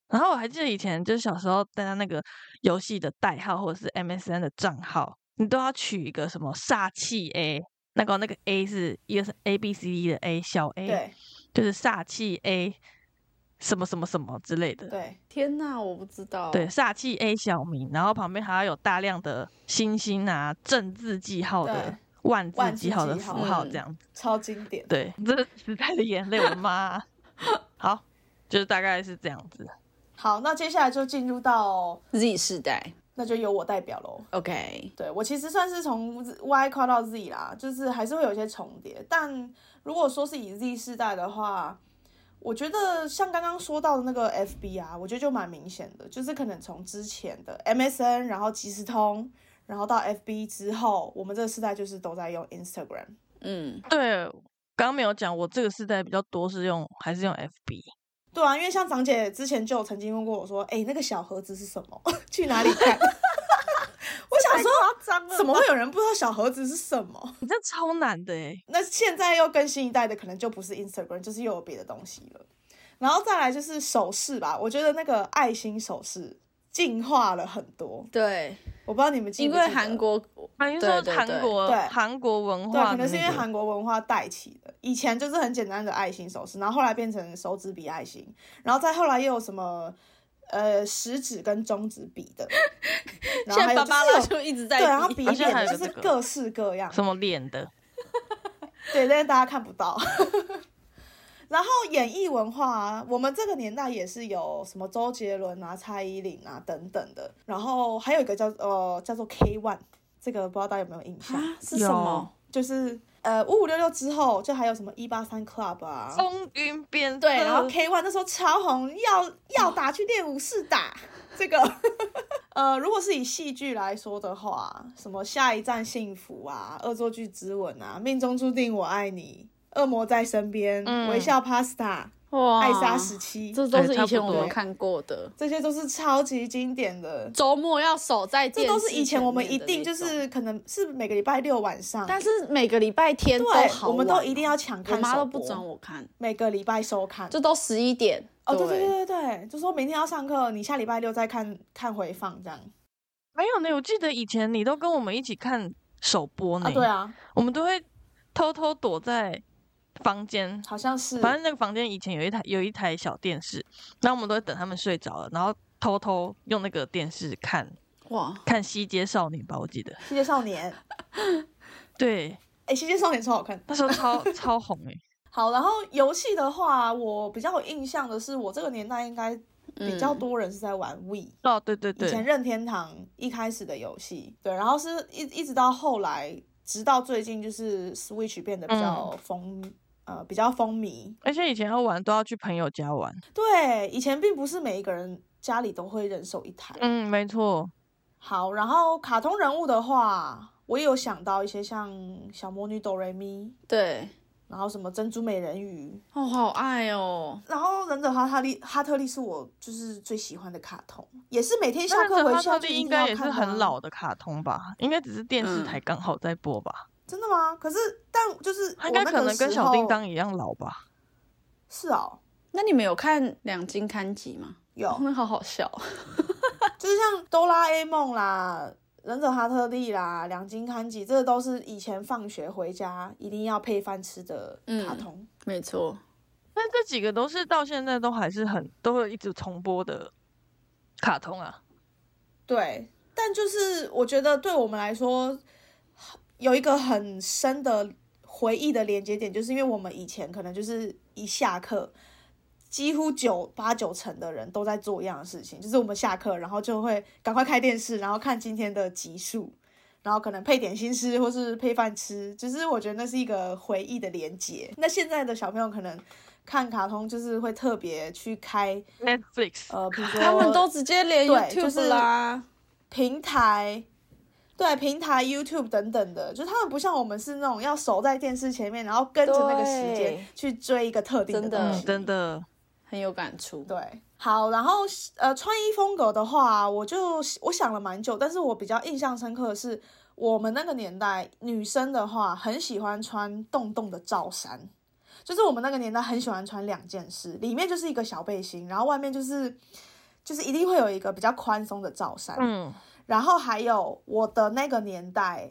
Speaker 1: 然后我还记得以前就是小时候大家那个游戏的代号或者是 MSN 的账号，你都要取一个什么煞气 A，那个那个 A 是一个是 A B C D 的 A 小 A，
Speaker 2: 对
Speaker 1: 就是煞气 A 什么什么什么之类的。
Speaker 2: 对，
Speaker 3: 天哪，我不知
Speaker 2: 哦
Speaker 3: 道。
Speaker 1: 对，，煞气 A 小明，然后旁边还要有大量的星星啊、正字记号的
Speaker 2: 对、
Speaker 1: 万字
Speaker 2: 万字
Speaker 1: 记号的
Speaker 2: 记号
Speaker 1: 符号
Speaker 3: 嗯
Speaker 1: 这样子。
Speaker 2: 超经典。
Speaker 1: 对，这是时代的眼泪，我的妈 啊、好，就是大概是这样子。
Speaker 2: 好，那接下来就进入到，
Speaker 3: Z 世代
Speaker 2: 那就由我代表喽。
Speaker 3: ，OK，
Speaker 2: 对我其实算是从 Y 跨到 Z 啦，就是还是会有一些重叠。但如果说是以 Z 世代的话，我觉得像刚刚说到的那个 FB 啊，我觉得就蛮明显的，就是可能从之前的 MSN，然后即时通，然后到 FB 之后，我们这个世代就是都在用 Instagram。
Speaker 3: 嗯，
Speaker 1: 对，刚刚没有讲，我这个时代比较多是用还是用 FB。
Speaker 2: 对啊，因为像长姐之前就有曾经问过我说：“哎、那个小盒子是什么？ 去哪里看？” 我想说，
Speaker 1: 脏
Speaker 3: 啊
Speaker 2: 怎么会有人不知道小盒子是什么？
Speaker 1: 你这超难的哎、
Speaker 2: 那现在又更新一代的，可能就不是 Instagram，就是又有别的东西了。然后再来就是手势吧，我觉得那个爱心手势进化了很多。
Speaker 3: 对，
Speaker 2: 我不知道你们记
Speaker 3: 因
Speaker 2: 不记得
Speaker 3: 为韩国
Speaker 1: 啊，你是
Speaker 3: 对
Speaker 1: 说
Speaker 3: 对
Speaker 1: 韩
Speaker 3: 对
Speaker 1: 国
Speaker 2: 对
Speaker 1: 韩国文
Speaker 2: 对，
Speaker 1: 化的那
Speaker 2: 可
Speaker 1: 个、
Speaker 2: 能是因为韩国文化带起的。以前就是很简单的爱心手势，然后后来变成手指比爱心，然后再后来又有什么呃食指跟中指比的，然
Speaker 3: 现
Speaker 2: 后还
Speaker 3: 在
Speaker 2: 有
Speaker 3: 芭芭拉
Speaker 2: 就是有
Speaker 3: 就一直在
Speaker 2: 对，然后
Speaker 3: 比
Speaker 2: 比
Speaker 1: 好像还有
Speaker 2: 脸
Speaker 1: 一个
Speaker 2: 就是
Speaker 1: 这个
Speaker 2: 各式各样。
Speaker 1: 什么脸的，
Speaker 2: 对，但是大家看不到。 然后演艺文化啊，我们这个年代也是有什么周杰伦啊、蔡依林啊等等的，然后还有一个叫呃叫做 K One，这个不知道大家有没有印象？
Speaker 3: 是什么？
Speaker 2: 就是呃五五六六之后，就还有什么一八三 Club 啊，
Speaker 1: 风云变色。
Speaker 3: 对
Speaker 2: 对，哎然后 K One 那时候超红，要要打去练武士打这个。 呃，如果是以戏剧来说的话，什么下一站幸福啊，恶作剧之吻啊，命中注定我爱你，恶魔在身边，
Speaker 1: 嗯
Speaker 2: 微笑 Pasta，
Speaker 3: 哇，
Speaker 2: 艾莎时期，
Speaker 3: 哦这都
Speaker 1: 哎
Speaker 3: 是
Speaker 1: 差
Speaker 3: 以
Speaker 1: 不
Speaker 3: 前我
Speaker 1: 多
Speaker 3: 们看过的。
Speaker 2: 这些都是超级经典的。
Speaker 3: 周末要守在电
Speaker 2: 这
Speaker 3: 视
Speaker 2: 都是以前我们
Speaker 3: 前
Speaker 2: 一
Speaker 3: 面的
Speaker 2: 定
Speaker 3: 那
Speaker 2: 就
Speaker 3: 种，
Speaker 2: 是可能是每个礼拜六晚上，
Speaker 3: 但是每个礼拜天都
Speaker 2: 对，
Speaker 3: 好
Speaker 2: 我们
Speaker 3: 晚
Speaker 2: 都
Speaker 3: 哦
Speaker 2: 一定要抢
Speaker 3: 我
Speaker 2: 看
Speaker 3: 妈
Speaker 2: 首
Speaker 3: 都不
Speaker 2: 播
Speaker 3: 准我看，
Speaker 2: 每个礼拜收看，
Speaker 3: 就都十一点。
Speaker 2: 哦，对对对对对，就说明天要上课，你下礼拜六再看看回放这样
Speaker 1: 没有呢，我记得以前你都跟我们一起看首播呢，
Speaker 2: 啊，对，啊，
Speaker 1: 我们都会偷偷躲在房间，
Speaker 2: 好像是，
Speaker 1: 反正那个房间以前有一台有一台小电视，然后我们都会等他们睡着了，然后偷偷用那个电视看
Speaker 3: 哇，
Speaker 1: 看《西街少年》吧，我记得，
Speaker 2: 《西街少年》
Speaker 1: 对，
Speaker 2: 哎，《西街少年》超好看。
Speaker 1: 那时候 超超红诶、
Speaker 2: 好，然后游戏的话，我比较有印象的是，我这个年代应该比较
Speaker 3: 嗯
Speaker 2: 多人是在玩 We，、
Speaker 1: 哦，对对
Speaker 2: 以前
Speaker 1: 对，
Speaker 2: 任天堂一开始的游戏，对，然后是一一直到后来，直到最近就是 Switch 变得比较
Speaker 1: 嗯
Speaker 2: 风、呃比较风靡，
Speaker 1: 而且以前要玩都要去朋友家玩，
Speaker 2: 对，以前并不是每一个人家里都会人手一台，
Speaker 1: 嗯，没错，
Speaker 2: 好，然后卡通人物的话，我也有想到一些像小魔女哆瑞咪，
Speaker 3: 对，
Speaker 2: 然后什么珍珠美人鱼，
Speaker 3: 哦，好爱哦。
Speaker 2: 然后忍者哈特利哈特利是我就是最喜欢的卡通，也是每天下
Speaker 1: 那
Speaker 2: 课
Speaker 1: 个
Speaker 2: 回
Speaker 1: 哈
Speaker 2: 校
Speaker 1: 特
Speaker 2: 就
Speaker 1: 利
Speaker 2: 一
Speaker 1: 应
Speaker 2: 定要
Speaker 1: 该也
Speaker 2: 看、啊嗯
Speaker 1: 是很老，的卡通吧，应该只是电视台刚好在播吧，
Speaker 2: 真的吗？可是但就是
Speaker 1: 它
Speaker 2: 我
Speaker 1: 应该
Speaker 2: 那
Speaker 1: 可
Speaker 2: 个
Speaker 1: 能跟
Speaker 2: 时
Speaker 1: 小叮
Speaker 2: 候
Speaker 1: 当一样老吧。
Speaker 2: 是哦，
Speaker 3: 那你们有看两金刊集吗？
Speaker 2: 有
Speaker 3: 那 好好笑。
Speaker 2: 就是像哆啦 A 梦啦。忍者哈特利啦，两金刊集，这都是以前放学回家一定要配饭吃的卡
Speaker 3: 嗯
Speaker 2: 通。
Speaker 3: 没错，
Speaker 1: 但这几个都是到现在都还是很都会一直重播的卡通啊。
Speaker 2: 对，但就是我觉得对我们来说，有一个很深的回忆的连接点，就是因为我们以前可能就是一下课，几乎九八九成的人都在做一样的事情，就是我们下课然后就会赶快开电视，然后看今天的集数。然后可能配点心吃，或是配饭吃，只、是我觉得那是一个回忆的连接。那现在的小朋友可能看卡通就是会特别去开
Speaker 1: Netflix，
Speaker 2: 呃，比如说
Speaker 3: 他们都直接连
Speaker 2: 对就
Speaker 3: YouTube
Speaker 2: 是
Speaker 3: 啦，
Speaker 2: 平台，对平台 YouTube 等等的，就是他们不像我们是那种要守在电视前面，然后跟着那个时间
Speaker 3: 对
Speaker 2: 去追一个特定的
Speaker 3: 真的
Speaker 2: 东
Speaker 1: 嗯
Speaker 2: 西。
Speaker 1: 真的，
Speaker 3: 很有感触。
Speaker 2: 对，好，然后呃，穿衣风格的话，我就我想了蛮久，但是我比较印象深刻的是，我们那个年代女生的话，很喜欢穿洞洞的罩衫，就是我们那个年代很喜欢穿两件事，里面就是一个小背心，然后外面就是就是一定会有一个比较宽松的罩衫，
Speaker 1: 嗯，
Speaker 2: 然后还有我的那个年代，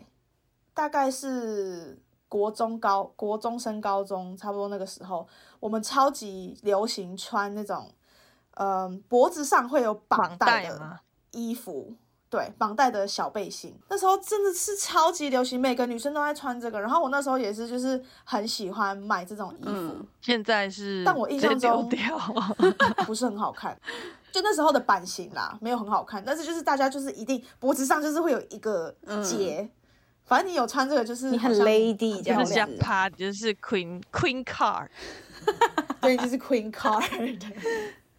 Speaker 2: 大概是国中高国中升高中差不多那个时候，我们超级流行穿那种，嗯、脖子上会有绑
Speaker 1: 绑带
Speaker 2: 的
Speaker 1: 嘛，
Speaker 2: 衣服。对绑带的小背心，那时候真的是超级流行，每个女生都在穿这个。然后我那时候也是，就是很喜欢买这种衣服，
Speaker 3: 嗯，
Speaker 1: 现在是
Speaker 2: 但我印
Speaker 1: 直接
Speaker 2: 象
Speaker 1: 丢
Speaker 2: 中
Speaker 1: 掉，
Speaker 2: 不是很好看，就那时候的版型啦，没有很好看。但是就是大家就是一定脖子上就是会有一个结，反正你有穿这个就是
Speaker 3: 嗯你很
Speaker 2: 好像
Speaker 3: lady
Speaker 2: 漂
Speaker 3: 这
Speaker 1: 就
Speaker 3: 样
Speaker 1: 是
Speaker 2: 亮
Speaker 1: 像
Speaker 3: 子
Speaker 1: 趴，就是 Queen Queen Car，
Speaker 2: 对，就是 Queen Card。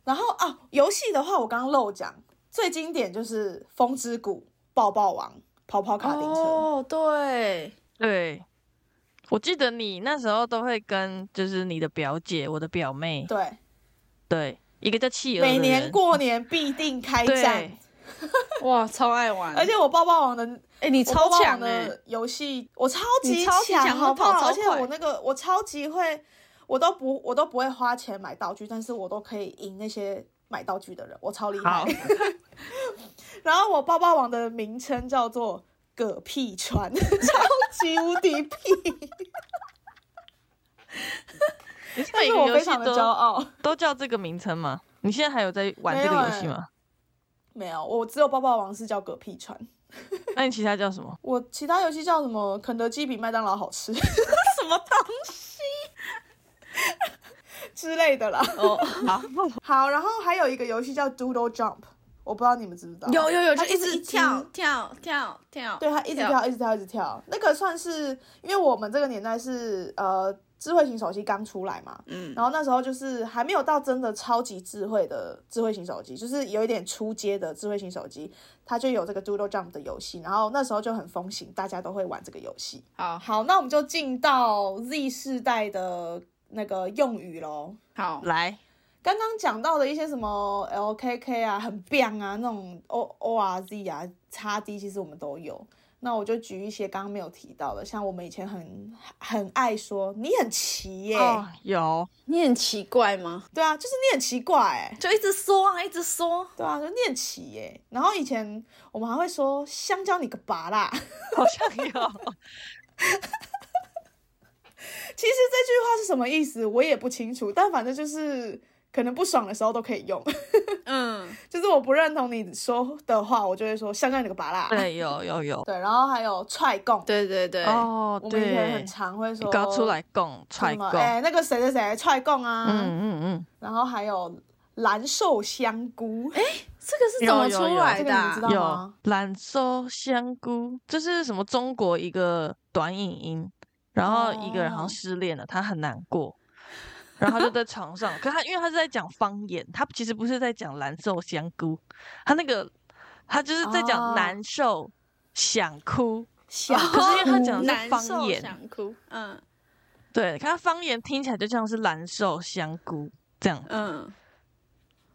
Speaker 2: 然后啊，游戏的话我刚刚漏讲，最经典就是《风之谷》《抱抱王》《跑跑卡丁车》
Speaker 3: 哦，对，
Speaker 1: 对。我记得你那时候都会跟，就是你的表姐、我的表妹，
Speaker 2: 对，
Speaker 1: 对，一个叫企鹅的
Speaker 2: 每
Speaker 1: 人，
Speaker 2: 年过年必定开战
Speaker 1: 对。
Speaker 3: 哇，超爱玩，
Speaker 2: 而且我抱抱王的
Speaker 3: 哎，你
Speaker 2: 我
Speaker 3: 超
Speaker 2: 爸爸
Speaker 3: 强哎，
Speaker 2: 的游戏，我超
Speaker 3: 你
Speaker 2: 级
Speaker 3: 超级强
Speaker 2: 好不好
Speaker 3: 跑？超
Speaker 2: 而且
Speaker 3: 快
Speaker 2: 我那个我超级会，我都不我都不会花钱买道具，但是我都可以赢那些买道具的人，我超厉
Speaker 1: 好
Speaker 2: 害。然后我包包王的名称叫做“嗝屁川”，超级无 敌屁，
Speaker 1: 你是
Speaker 2: 但
Speaker 1: 每
Speaker 2: 是
Speaker 1: 个
Speaker 2: 我
Speaker 1: 游
Speaker 2: 非
Speaker 1: 戏
Speaker 2: 常的
Speaker 1: 都
Speaker 2: 骄傲。
Speaker 1: 都叫这个名称吗？你现在还有在玩
Speaker 2: 没
Speaker 1: 这个
Speaker 2: 有
Speaker 1: 游
Speaker 2: 欸
Speaker 1: 戏吗？
Speaker 2: 没有，我只有包包王是叫“嗝屁川
Speaker 1: 那你其他叫什 么”，？
Speaker 2: 我其他游戏叫什么？肯德基比麦当劳好吃
Speaker 3: 什么东
Speaker 2: 之类的啦。
Speaker 3: 哦，
Speaker 1: 好，
Speaker 2: 好，然后还有一个游戏叫 Doodle Jump，我不知道你们知不知道？
Speaker 3: 有有有，
Speaker 2: 它
Speaker 3: 哦就一
Speaker 2: 就是
Speaker 3: 直
Speaker 2: 一只
Speaker 3: 跳跳跳跳，
Speaker 2: 对，它一直跳，一直跳，一直跳。那个算是，因为我们这个年代是呃智慧型手机刚出来嘛，
Speaker 3: 嗯，
Speaker 2: 然后那时候就是还没有到真的超级智慧的智慧型手机，就是有一点出街的智慧型手机，它就有这个 Doodle Jump 的游戏，然后那时候就很风行，大家都会玩这个游戏。
Speaker 3: 好
Speaker 2: 好，那我们就进到 Z 世代的那个用语喽。
Speaker 3: 好，
Speaker 1: 来，
Speaker 2: 刚刚讲到的一些什么 LKK 啊、很 biang 啊、那种 O ORZ 啊、x D，其实我们都有。那我就举一些刚刚没有提到的，像我们以前很很爱说你很奇耶、
Speaker 1: 哦，有，
Speaker 3: 你很奇怪吗？
Speaker 2: 对啊，就是你很奇怪、欸，
Speaker 3: 就一直说啊，一直说，
Speaker 2: 对啊，就你很奇耶、然后以前我们还会说香蕉你个拔啦，
Speaker 1: 好像有，
Speaker 2: 其实这句话是什么意思我也不清楚，但反正就是可能不爽的时候都可以用，
Speaker 3: 嗯，
Speaker 2: 就是我不认同你说的话，我就会说香蕉你个拔啦。
Speaker 1: 对，有有 有，
Speaker 2: 对，然后还有踹供，
Speaker 3: 对对对，
Speaker 1: 哦，
Speaker 2: 我们以前
Speaker 1: 对
Speaker 2: 很，常会说
Speaker 1: 搞出来供
Speaker 2: 什
Speaker 1: 踹
Speaker 2: 么
Speaker 1: 供，
Speaker 2: 哎、那个谁谁谁踹供啊，
Speaker 1: 嗯嗯嗯，
Speaker 2: 然后还有蓝瘦香菇， 哎、
Speaker 3: 这个是怎么
Speaker 1: 有有
Speaker 3: 出
Speaker 1: 有
Speaker 3: 来的
Speaker 2: 这
Speaker 3: 啊
Speaker 2: 个？你知道
Speaker 1: 有
Speaker 2: 吗
Speaker 1: 兰州香菇，这是什么中国一个短影音，然后一个人好像
Speaker 2: 哦
Speaker 1: 失恋了，他很难过，然后他就在床上，可他因为他是在讲方言，他其实不是在讲兰寿香菇，他那个他就是在
Speaker 2: 哦
Speaker 1: 讲难受想哭，
Speaker 2: 香
Speaker 1: 可是因为他讲的
Speaker 3: 难
Speaker 1: 是方
Speaker 3: 受
Speaker 1: 言
Speaker 3: 想哭，嗯
Speaker 1: 对，可他方言听起来就像是兰寿香菇这样。
Speaker 3: 嗯，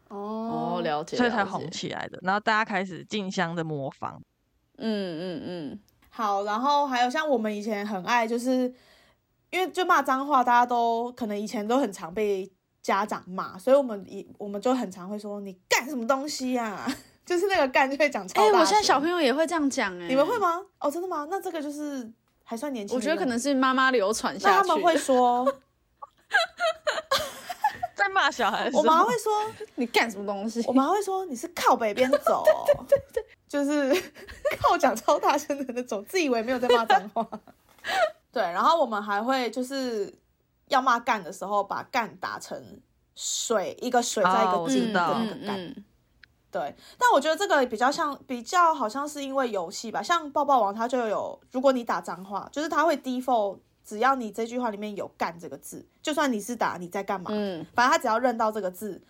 Speaker 2: 哦
Speaker 3: 哦，了解，
Speaker 1: 所以才
Speaker 3: 了解
Speaker 1: 红起来的，然后大家开始竞相的模仿，
Speaker 3: 嗯嗯
Speaker 2: 好，然后还有像我们以前很爱，就是因为就骂脏话，大家都可能以前都很常被家长骂，所以我们以我们就很常会说你干什么东西啊， 就是那个干就会讲超
Speaker 3: 嗯，哎、
Speaker 2: 大
Speaker 3: 我现在
Speaker 2: 声
Speaker 3: 小朋友也会这样讲哎、
Speaker 2: 你们会？吗？哦，真的吗？那这个就是还算年轻
Speaker 3: 我
Speaker 2: 人
Speaker 3: 觉
Speaker 2: 用
Speaker 3: 得
Speaker 2: 语，
Speaker 3: 可能是妈妈流传
Speaker 2: 那
Speaker 3: 下
Speaker 2: 他
Speaker 3: 去
Speaker 2: 们会
Speaker 3: 的。
Speaker 2: 说，
Speaker 1: 在骂小孩的时
Speaker 2: 我
Speaker 1: 候，
Speaker 2: 妈会说。
Speaker 3: 你干什么东西？
Speaker 2: 我妈会说你是靠北边走哦， 对对就是 靠讲超大声的那种，自以为没有在骂脏话。 对，然后我们还会就是要骂干的时候，把干打成水，一个水在一
Speaker 1: 哦
Speaker 2: 个
Speaker 1: 我
Speaker 2: 字
Speaker 1: 知
Speaker 2: 的
Speaker 1: 道
Speaker 2: 那
Speaker 3: 嗯
Speaker 2: 个干。
Speaker 3: 嗯
Speaker 2: 对，但我觉得这个比较像，比较好像是因为游戏吧，像抱抱王它就有，如果你打脏话，就是它会 default 只要你这句话里面有“干”这个字，就算你是打你在干嘛，
Speaker 3: 嗯，
Speaker 2: 反正他只要认到这个字，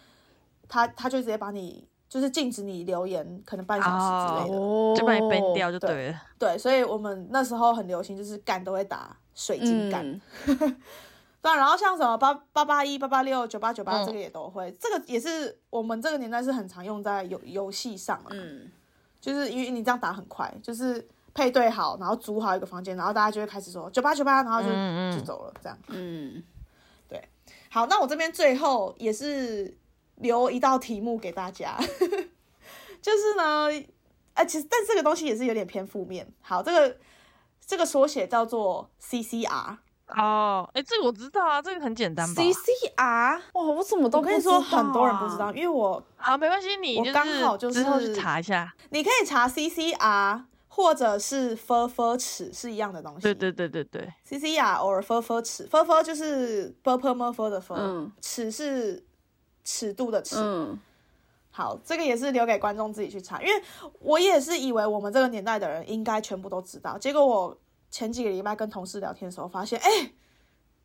Speaker 2: 他他就直接把你就是禁止你留言，可能半小时之类的。
Speaker 3: 哦
Speaker 1: 就把你 ban 掉就
Speaker 2: 对
Speaker 1: 对了。
Speaker 2: 对，所以我们那时候很流行，就是干都会打水晶干。
Speaker 3: 嗯
Speaker 2: 对啊、然后像什么八八八一、八八六、九八九八，
Speaker 1: 嗯
Speaker 2: 这个也都会，这个也是我们这个年代是很常用在游游戏上啊，
Speaker 3: 嗯，
Speaker 2: 就是因为你这样打很快，就是配对好，然后组好一个房间，然后大家就会开始说九八九八，然后就、
Speaker 1: 嗯嗯
Speaker 2: 就走了这样。
Speaker 3: 嗯，
Speaker 2: 好，那我这边最后也是留一道题目给大家，就是呢，呃，其实但这个东西也是有点偏负面。好，这个这个缩写叫做 CCR。
Speaker 1: 哦，哎，这个我知道啊，这个很简单吧？
Speaker 3: CCR，哇，我怎么都
Speaker 2: 我跟你
Speaker 3: 不
Speaker 2: 说，
Speaker 3: 知道
Speaker 2: 很多人不知
Speaker 3: 啊
Speaker 2: 道，因为我
Speaker 1: 好，没关系，你
Speaker 2: 我刚好就是
Speaker 1: 之后去
Speaker 2: 是
Speaker 1: 查一下。
Speaker 2: 你可以查 CCR 或者是 f f 尺是一样的东西。
Speaker 1: 对对对对对，
Speaker 2: ，CCR 偶尔 f f 尺 f f 就是 b p m f 的 f，、
Speaker 3: 嗯
Speaker 2: 尺是尺度的尺。
Speaker 3: 嗯，
Speaker 2: 好，这个也是留给观众自己去查，因为我也是以为我们这个年代的人应该全部都知道，结果我前几个礼拜跟同事聊天的时候发现，哎、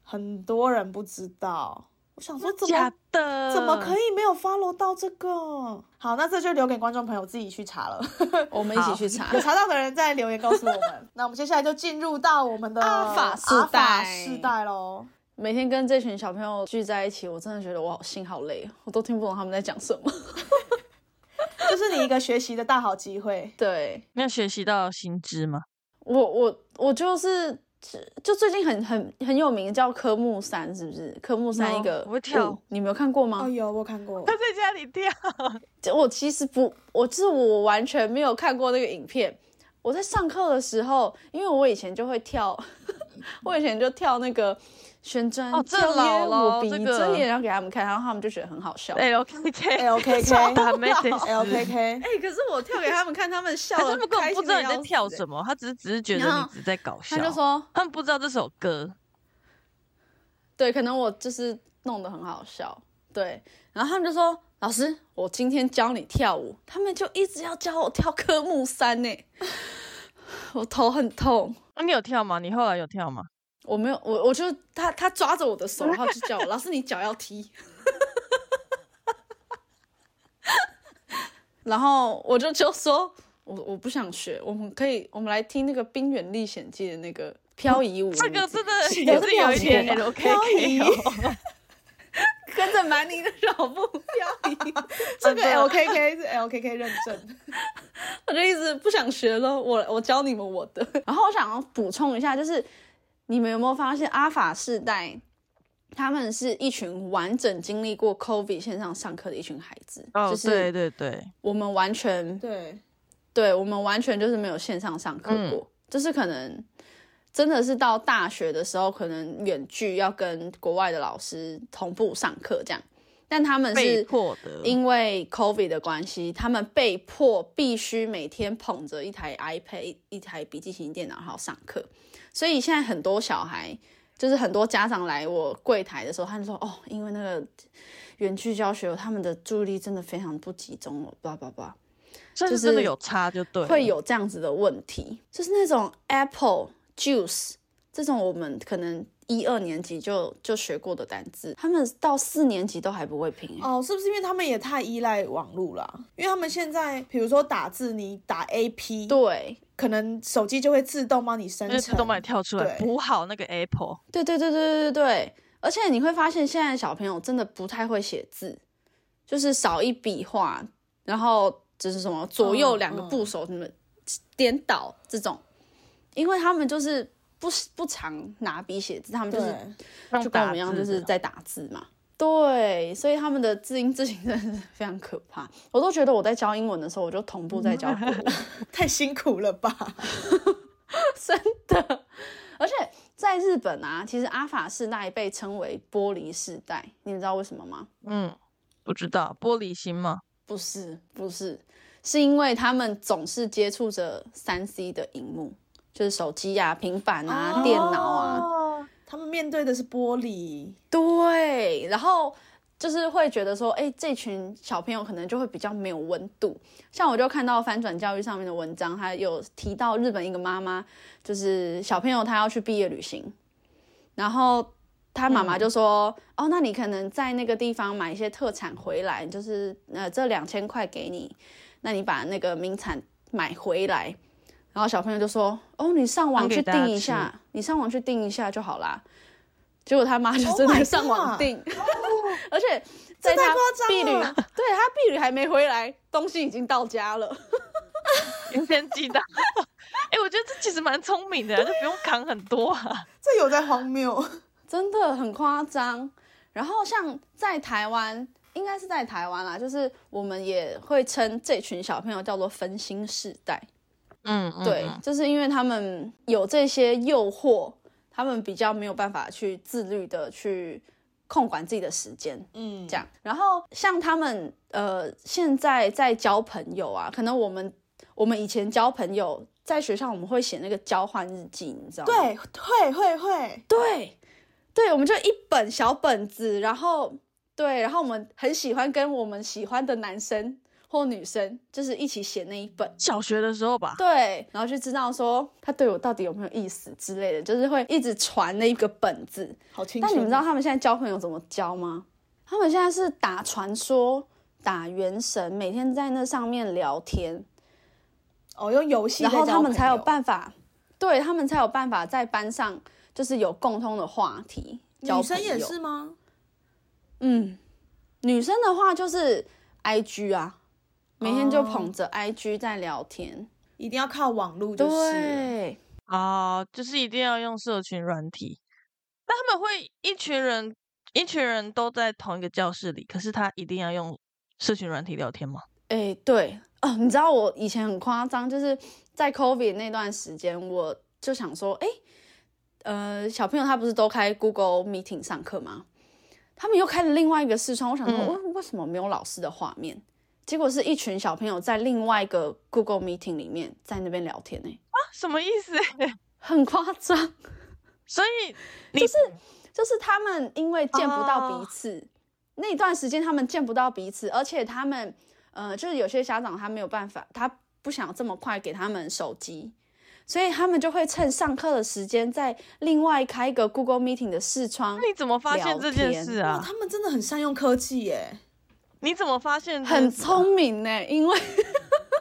Speaker 2: 很多人不知道。我想说怎么
Speaker 1: 假的？
Speaker 2: 怎么可？以没有 follow 到这个？好，那这就留给观众朋友自己去查了。
Speaker 3: 我们一起
Speaker 1: 好
Speaker 3: 去查
Speaker 2: 有。查到的人再留言告诉我们。那我们接下来就进入到我们的
Speaker 3: 阿法世代
Speaker 2: 阿法世代喽。
Speaker 3: 每天跟这群小朋友聚在一起，我真的觉得我好心好累，哦我都听不懂他们在讲什么。
Speaker 2: 这是你一个学习的大好机会。
Speaker 3: 对
Speaker 1: 你有学习到新知吗？
Speaker 3: 我，我，我就是就最近很很很有名叫科目三，是不是？科目三
Speaker 1: 有
Speaker 3: 一个
Speaker 1: 我会跳
Speaker 3: 舞你没有看过吗？
Speaker 2: 哦，有我看 过，
Speaker 1: 在家里跳，
Speaker 3: 就我其实不，我就是我完全没有看过那个影片。我在上课的时候，因为我以前就会跳， 我以前就跳那个旋转
Speaker 1: 哦这
Speaker 3: 跳跃
Speaker 1: 老
Speaker 3: 舞
Speaker 1: 咯
Speaker 3: 比
Speaker 1: 这个
Speaker 3: 这也要给他们看，然后他们就觉得很好笑。
Speaker 1: 哎，OK K，
Speaker 2: L K
Speaker 1: 打
Speaker 2: K
Speaker 1: 没得
Speaker 2: L K K，
Speaker 3: 哎、可是我跳给他们看，他们笑
Speaker 1: 可
Speaker 3: 得
Speaker 1: 是他们根本不知道你
Speaker 3: 开
Speaker 1: 在
Speaker 3: 心得要死
Speaker 1: 跳
Speaker 3: 欸
Speaker 1: 什么，他只是只是觉得你
Speaker 3: 然后
Speaker 1: 只是在搞笑。
Speaker 3: 他就说
Speaker 1: 他们不知道这首歌，：“
Speaker 3: 对，可能我就是弄得很好笑。”对，然后他们就说：“老师，我今天教你跳舞。”他们就一直要教我跳科目三呢， 我头很痛。
Speaker 1: 那啊你有跳吗？你后来有跳吗？
Speaker 3: 我没有，我我就他他抓着我的 手，然后就叫我老师，你脚要踢。 然后我就就说，我我不想学，我们可以我们来听那个《冰原历险记》的那个漂移 舞。
Speaker 1: 这个真的
Speaker 3: 是
Speaker 1: 也
Speaker 3: 有
Speaker 1: 是
Speaker 3: 点
Speaker 1: 有
Speaker 3: 表
Speaker 1: 一
Speaker 3: 情
Speaker 1: 点
Speaker 3: 吧
Speaker 1: L K
Speaker 2: 漂
Speaker 1: K
Speaker 2: 移
Speaker 1: 哦。
Speaker 3: 跟着蛮尼的脚步漂移，
Speaker 2: 这个 L K K 是 L K K 认证。
Speaker 3: 我就一直不想学了。我我教你们我的。 然后我想要补充一下，就是你们有没有发现阿法世代，他们是一群完整经历过 COVID 线上上课的一群孩子，
Speaker 1: 哦，
Speaker 3: 就
Speaker 1: 对
Speaker 3: 是
Speaker 1: 对对，
Speaker 3: 我们完全
Speaker 2: 对，
Speaker 3: 对我们完全就是没有线上上课
Speaker 1: 嗯
Speaker 3: 过，就是可能真的是到大学的时候，可能远距要跟国外的老师同步上课这样，但他们
Speaker 1: 被
Speaker 3: 是
Speaker 1: 迫的。
Speaker 3: 因为 COVID 的关系，他们被迫必须每天捧着一台 iPad、一一台笔记型电脑，然后上课。所以现在很多小孩，就是很多家长来我柜台的时候，他就说：“哦，因为那个远距教学，他们的注意力真的非常不集中了，叭叭叭，
Speaker 1: 这
Speaker 3: 就是
Speaker 1: 真的有差就对了，
Speaker 3: 会有这样子的问题。”就是那种 Apple Juice 这种，我们可能一二年级就就学过的单字，他们到四年级都还不会拼、欸
Speaker 2: 哦，是不是因为他们也太依赖网络了啊？因为他们现在，比如说打字，你打 A P，
Speaker 3: 对，
Speaker 2: 可能手机就会自动帮你生
Speaker 1: 因
Speaker 2: 成，
Speaker 1: 为自动帮你跳出来，
Speaker 2: 对
Speaker 1: 补好那个 Apple。
Speaker 3: 对对对对对对对，而且你会发现现在的小朋友真的不太会写字，就是少一笔画，然后就是什么左右
Speaker 2: 嗯
Speaker 3: 两个
Speaker 2: 嗯
Speaker 3: 部首什么颠倒这种，因为他们就是不不常拿笔写字，他们就是
Speaker 2: 对，
Speaker 3: 就
Speaker 1: 就
Speaker 3: 跟我们一样，就是在打字嘛。对，所以他们的字音字形真的是非常可怕。我都觉得我在教英文的时候，我就同步在教国文。
Speaker 2: 太辛苦了吧？
Speaker 3: 真的。而且在日本啊，其实阿法世代被称为玻璃世代，你们知道为什么吗？
Speaker 1: 嗯，不知道玻璃心吗？
Speaker 3: 不是，不是，是因为他们总是接触着三 C 的荧幕，就是手机啊、平板
Speaker 2: 哦
Speaker 3: 啊、电脑啊，
Speaker 2: 啊，他们面对的是玻璃，
Speaker 3: 对，然后。就是会觉得说，哎、这群小朋友可能就会比较没有温度。像我就看到翻转教育上面的文章，他有提到日本一个妈妈，就是小朋友他要去毕业旅行，然后他妈妈
Speaker 1: 嗯
Speaker 3: 就说：“哦，那你可能在那个地方买一些特产回来，就是呃这两千块给你，那你把那个名产买回来。”然后小朋友就说：“哦，你上网
Speaker 1: 给
Speaker 3: 去
Speaker 1: 大家
Speaker 3: 订一
Speaker 1: 吃
Speaker 3: 下，你上网去订一下就好啦。”结果他妈就
Speaker 2: Oh
Speaker 3: 真
Speaker 2: my
Speaker 3: 的上网
Speaker 2: God
Speaker 3: 订， 而且在
Speaker 2: 太
Speaker 3: 他
Speaker 2: 夸张
Speaker 3: 婢女， 对
Speaker 2: 了
Speaker 3: 他婢女还没回来，东西已经到家了。
Speaker 1: 先寄到。 哎、我觉得这其实蛮聪明的、啊，就不用扛很多啊。
Speaker 2: 这有在荒谬。
Speaker 3: 真的很夸张。然后像在台湾，应该是在台湾啦，就是我们也会称这群小朋友叫做分心世代，
Speaker 1: 嗯，嗯
Speaker 3: 对，
Speaker 1: 嗯
Speaker 3: 就是因为他们有这些诱惑，他们比较没有办法去自律的去控管自己的时间，
Speaker 2: 嗯，
Speaker 3: 这样。然后像他们呃，现在在交朋友啊，可能我们我们以前交朋友，在学校我们会写那个交换日记，你知道吗？
Speaker 2: 对，会会会，
Speaker 3: 对，对，我们就一本小本子，然后对，然后我们很喜欢跟我们喜欢的男生或女生，就是一起写那一本。
Speaker 1: 小学的时候吧，
Speaker 3: 对，然后就知道说他对我到底有没有意思之类的，就是会一直传那一个本子。
Speaker 2: 好清楚。
Speaker 3: 但你们知道他们现在交朋友怎么交吗？他们现在是打传说、打原神，每天在那上面聊天，
Speaker 2: 哦，用游戏，
Speaker 3: 然后他们才有，办法，对他们才有办法在班上就是有共通的话题。交
Speaker 2: 女生
Speaker 3: 朋
Speaker 2: 也
Speaker 3: 友
Speaker 2: 是吗？
Speaker 3: 嗯，女生的话就是 I G 啊，每天
Speaker 2: 哦
Speaker 3: 就捧着 I G 在聊天。
Speaker 2: 一定要靠网络就是了。
Speaker 3: 对，
Speaker 1: 啊、就是一定要用社群软体。但他们会一群人，一群人都在同一个教室里，可是他一定要用社群软体聊天吗？
Speaker 3: 哎、对哦，你知道我以前很夸张，就是在 COVID 那段时间，我就想说，哎、呃，小朋友他不是都开 Google Meeting 上课吗？他们又开了另外一个视窗，我想说，
Speaker 1: 嗯
Speaker 3: 为、为什么没有老师的画面？结果是一群小朋友在另外一个 Google Meeting 里面在那边聊天呢、
Speaker 1: 啊什么意思？
Speaker 3: 很夸张。
Speaker 1: 所以你就是
Speaker 3: 就是他们因为见不到
Speaker 1: 哦
Speaker 3: 彼此，那段时间他们见不到彼此，而且他们呃，就是有些家长他没有办法，他不想这么快给他们手机，所以他们就会趁上课的时间，再另外开一个 Google Meeting 的视窗。
Speaker 1: 你怎么发现
Speaker 3: 聊
Speaker 1: 这件
Speaker 3: 天
Speaker 1: 事
Speaker 2: 哇，
Speaker 1: 啊？
Speaker 2: 他们真的很善用科技耶。
Speaker 1: 你怎么发现这件
Speaker 3: 很
Speaker 1: 事啊？
Speaker 3: 聪明呢、因为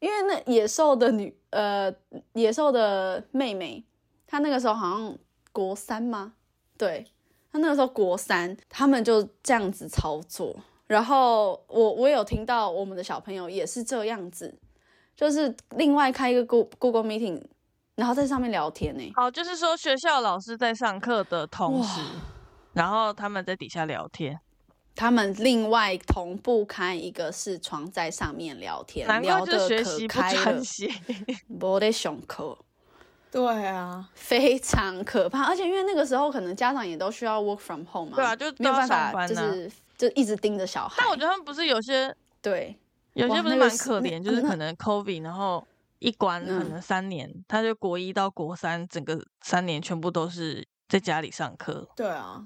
Speaker 3: 因为那野兽的女呃野兽的妹妹，她那个时候好像国三吗？对，她那个时候国三，他们就这样子操作。然后我我有听到我们的小朋友也是这样子，就是另外开一个 Go- Google Meeting，然后在上面聊天呢、
Speaker 1: 好，哦就是说学校老师在上课的同
Speaker 3: 哇
Speaker 1: 时，然后他们在底下聊天，
Speaker 3: 他们另外同步开一个视窗在上面聊天，
Speaker 1: 难怪
Speaker 3: 聊
Speaker 1: 就是
Speaker 3: 的
Speaker 1: 学
Speaker 3: 可
Speaker 1: 习不
Speaker 3: 开了
Speaker 1: 穿，鞋。
Speaker 3: 没得上课。
Speaker 2: 对啊，
Speaker 3: 非常可怕，而且因为那个时候可能家长也都需要 work from home 嘛，
Speaker 1: 对啊就都
Speaker 3: 没有
Speaker 1: 要
Speaker 3: 办
Speaker 1: 上
Speaker 3: 法，
Speaker 1: 班
Speaker 3: 就
Speaker 1: 啊
Speaker 3: 是就一直盯着小孩。
Speaker 1: 但我觉得他们不是有些
Speaker 3: 对
Speaker 1: 有
Speaker 3: 哇
Speaker 1: 些不是
Speaker 3: 那个
Speaker 1: 蛮
Speaker 3: 是
Speaker 1: 可
Speaker 3: 那
Speaker 1: 怜，就是
Speaker 3: 那
Speaker 1: 可能 COVID，然后一关可
Speaker 3: 嗯
Speaker 1: 能三年，他就国一到国三，整个三年全部都是在家里上课，
Speaker 2: 对啊，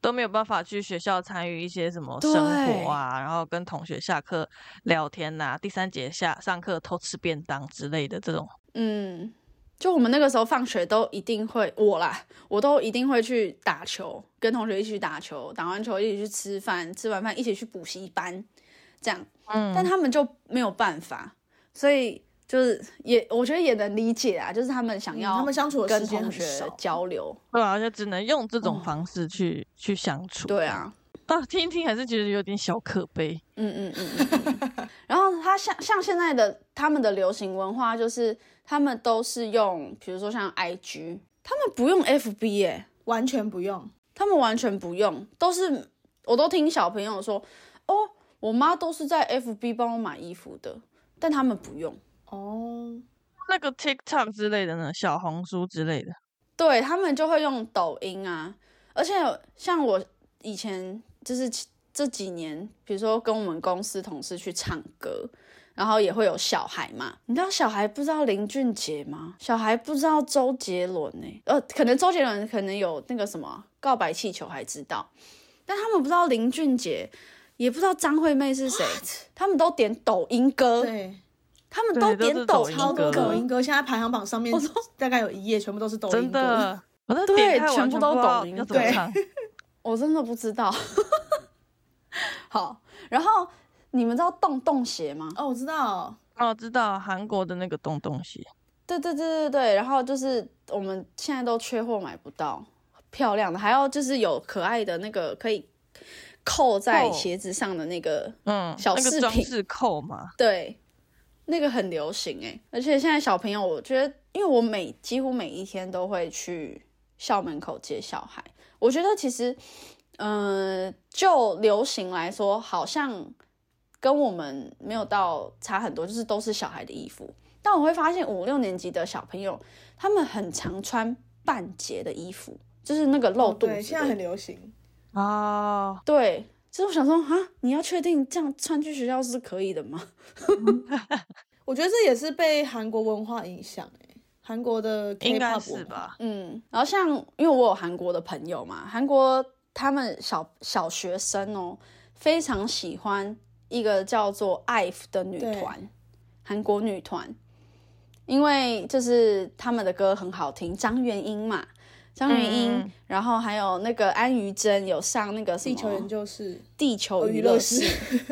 Speaker 1: 都没有办法去学校参与一些什么生
Speaker 3: 对
Speaker 1: 活啊，然后跟同学下课聊天呐、第三节下上课偷吃便当之类的这种。
Speaker 3: 嗯，就我们那个时候放学都一定会，我啦，我都一定会去打球，跟同学一起去打球，打完球一起去吃饭，吃完饭一起去补习班，这样。
Speaker 1: 嗯
Speaker 3: 但他们就没有办法，所以就是也我觉得也能理解啊，就是他们想
Speaker 2: 嗯
Speaker 3: 要
Speaker 2: 他们相处的
Speaker 3: 跟
Speaker 2: 时间
Speaker 3: 同
Speaker 2: 很
Speaker 3: 学
Speaker 2: 少。
Speaker 3: 交流，
Speaker 1: 对啊，而且只能用这种
Speaker 3: 哦
Speaker 1: 方式去、去相处。
Speaker 3: 对啊。
Speaker 1: 啊，听一听还是觉得有点小可悲。
Speaker 3: 嗯嗯嗯嗯。嗯 然后他像像现在的他们的流行文化，就是他们都是用，比如说像 IG，他们不用 FB 耶、
Speaker 2: 完全不用，
Speaker 3: 他们完全不用，都是我都听小朋友说，哦，我妈都是在 FB 帮我买衣服的，但他们不用。
Speaker 2: 哦，
Speaker 1: 那个 TikTok 之类的呢，小红书之类的，
Speaker 3: 对他们就会用抖音啊，而且像我以前就是其这几年，比如说跟我们公司同事去唱歌，然后也会有小孩嘛。你知道小孩不知道林俊杰吗？小孩不知道周杰伦呢、呃，可能周杰伦可能有那个什么告白气球还知道，但他们不知道林俊杰，也不知道张惠妹是谁他们都点抖音歌，
Speaker 2: 对，
Speaker 3: 他们
Speaker 1: 对
Speaker 3: 都
Speaker 1: 都
Speaker 3: 点
Speaker 1: 是
Speaker 3: 抖
Speaker 1: 抖音
Speaker 2: 超
Speaker 3: 音
Speaker 1: 歌
Speaker 2: 多抖音歌，现在排行榜上面大概有一页全部都是抖
Speaker 1: 真
Speaker 2: 音歌，
Speaker 1: 的我那
Speaker 3: 对
Speaker 1: 点开
Speaker 3: 全
Speaker 1: 完
Speaker 3: 部
Speaker 1: 全
Speaker 3: 都
Speaker 1: 不知
Speaker 3: 懂
Speaker 1: 道
Speaker 3: 音
Speaker 1: 要怎么
Speaker 2: 对
Speaker 1: 唱，
Speaker 3: 我真的不知道。 好，然后你们知道洞洞鞋吗？
Speaker 2: 哦，我知道，
Speaker 1: 哦，知道韩国的那个洞洞鞋，
Speaker 3: 对对对对对，然后就是我们现在都缺货买不到漂亮的，还要就是有可爱的那个可以扣在
Speaker 1: 扣
Speaker 3: 鞋子上的那个，
Speaker 1: 嗯，
Speaker 3: 小
Speaker 1: 那
Speaker 3: 饰
Speaker 1: 个装
Speaker 3: 品
Speaker 1: 饰扣嘛，
Speaker 3: 对，那个很流行哎、而且现在小朋友，我觉得因为我每几乎每一天都会去校门口接小孩，我觉得其实，嗯、就流行来说，好像跟我们没有到差很多，就是都是小孩的衣服。但我会发现五六年级的小朋友，他们很常穿半截的衣服，就是那个露
Speaker 2: 哦，
Speaker 3: 肚子的、
Speaker 2: 对，现在很流行，
Speaker 1: 哦，
Speaker 3: 对。所以我想说啊，你要确定这样穿去学校是可以的吗？
Speaker 2: 我觉得这也是被韩国文化影响、欸，韩国的 K-pop
Speaker 1: 应该是
Speaker 2: 文化
Speaker 1: 吧？
Speaker 3: 嗯，然后像因为我有韩国的朋友嘛，韩国他们小小学生哦，非常喜欢一个叫做 IVE 的女
Speaker 2: 对
Speaker 3: 团，韩国女团，因为就是他们的歌很好听，张元英嘛，张元英，
Speaker 1: 嗯嗯嗯
Speaker 3: 然后还有那个安于真有上那个什么
Speaker 2: 地球研究室
Speaker 3: 地球
Speaker 2: 哦
Speaker 3: 娱
Speaker 2: 娱
Speaker 3: 乐
Speaker 2: 乐
Speaker 3: 室
Speaker 2: 室，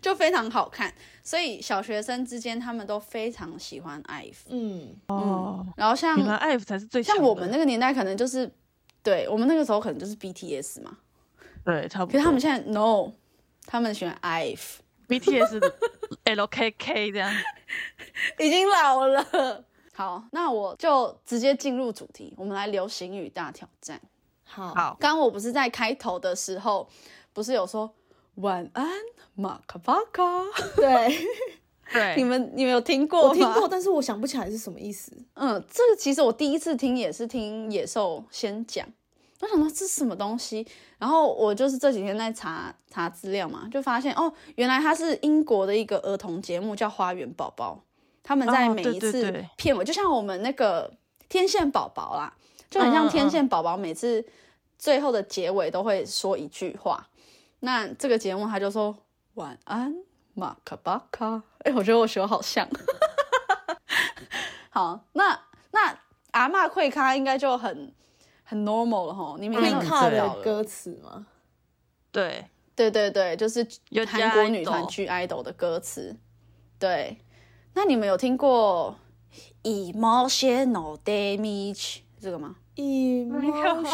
Speaker 3: 就非常好看，所以小学生之间他们都非常喜欢 IVE，
Speaker 2: 嗯，
Speaker 1: 哦，
Speaker 3: 然后像
Speaker 1: 原来 F 才是最
Speaker 3: 嗯像
Speaker 1: 强
Speaker 3: 我
Speaker 1: 的
Speaker 3: 们那个年代，可能就是对我们那个时候可能就是 BTS 嘛，
Speaker 1: 对，差不
Speaker 3: 可
Speaker 1: 多。
Speaker 3: 是他们现在 no，他们喜欢 IVE，
Speaker 1: BTS 的 LKK 这样，
Speaker 3: 已经老了。好，那我就直接进入主题，我们来流行语大挑战。
Speaker 2: 好，
Speaker 1: 好，
Speaker 3: 刚刚我不是在开头的时候，不是有说晚安马卡巴卡？
Speaker 2: 对
Speaker 1: 对，
Speaker 3: 你们你们有听过吗？
Speaker 2: 我听过，但是我想不起来是什么意思。
Speaker 3: 嗯，这个其实我第一次听也是听野兽先讲，我想到这是什么东西，然后我就是这几天在查查资料嘛，就发现哦，原来它是英国的一个儿童节目叫《花园宝宝》，他们在
Speaker 1: 哦
Speaker 3: 每
Speaker 1: 对
Speaker 3: 一
Speaker 1: 对
Speaker 3: 次
Speaker 1: 对
Speaker 3: 片尾，就像我们那个天线宝宝啦，就很像
Speaker 1: 嗯嗯
Speaker 3: 天
Speaker 1: 嗯
Speaker 3: 线宝宝每次最后的结尾都会说一句话，那这个节目他就说晚安马卡巴卡， 哎、我觉得我学得好像。 好，那那阿嬷会咖应该就很很 normal 了吼，你每
Speaker 2: 会
Speaker 3: 天都很
Speaker 2: 卡
Speaker 1: 知道
Speaker 2: 的歌词吗？
Speaker 1: 对，
Speaker 3: 对对对，就是
Speaker 1: 有
Speaker 3: 韩国
Speaker 1: G-idol
Speaker 3: 女团 G idol 的歌词。对，那你们有听过 emotional 哦 damage 这个吗
Speaker 2: emotional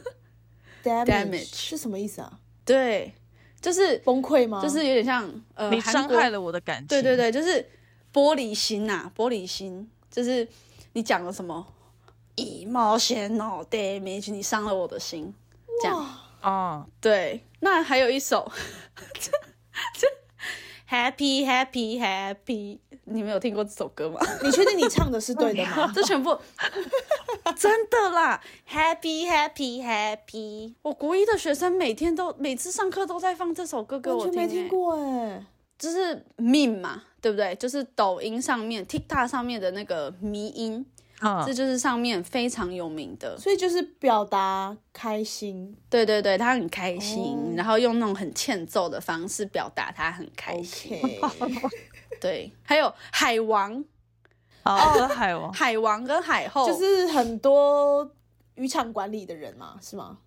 Speaker 3: Damage
Speaker 2: 哦 damage 是什么意思啊？
Speaker 3: 对，就是
Speaker 2: 崩溃吗？
Speaker 3: 就是有点像呃，
Speaker 1: 你
Speaker 3: 韩
Speaker 1: 伤
Speaker 3: 国
Speaker 1: 害了我的感情，
Speaker 3: 对对对，就是玻璃心呐、玻璃心，就是你讲了什么 emotional damage，你伤了我的心，这样。
Speaker 2: 啊
Speaker 1: 哦，
Speaker 3: 对，那还有一首， 这这 Happy Happy Happy，你们有听过这首 歌吗？
Speaker 2: 你确定你唱的是对的 吗？
Speaker 3: 啊这全部真的啦，Happy Happy Happy。我国一的学生每天都每次上课都在放这首歌给
Speaker 2: 完
Speaker 3: 我
Speaker 2: 全
Speaker 3: 听、
Speaker 2: 没听
Speaker 3: 欸
Speaker 2: 过哎，
Speaker 3: 就是 meme 嘛，对不对？就是抖音上面、TikTok 上面的那个迷音，这
Speaker 2: 啊
Speaker 1: 嗯，
Speaker 3: 就是上面非常有名的。
Speaker 2: 所以就是表达开心
Speaker 3: 对对对，他很开心，
Speaker 2: 哦
Speaker 3: 然后用那种很欠揍的方式表达他很开心。
Speaker 2: ，OK，
Speaker 3: 对，还有海王、
Speaker 1: 好，哦这海王，
Speaker 3: 海王跟海后，
Speaker 2: 就是很多渔场管理的人嘛，是吗？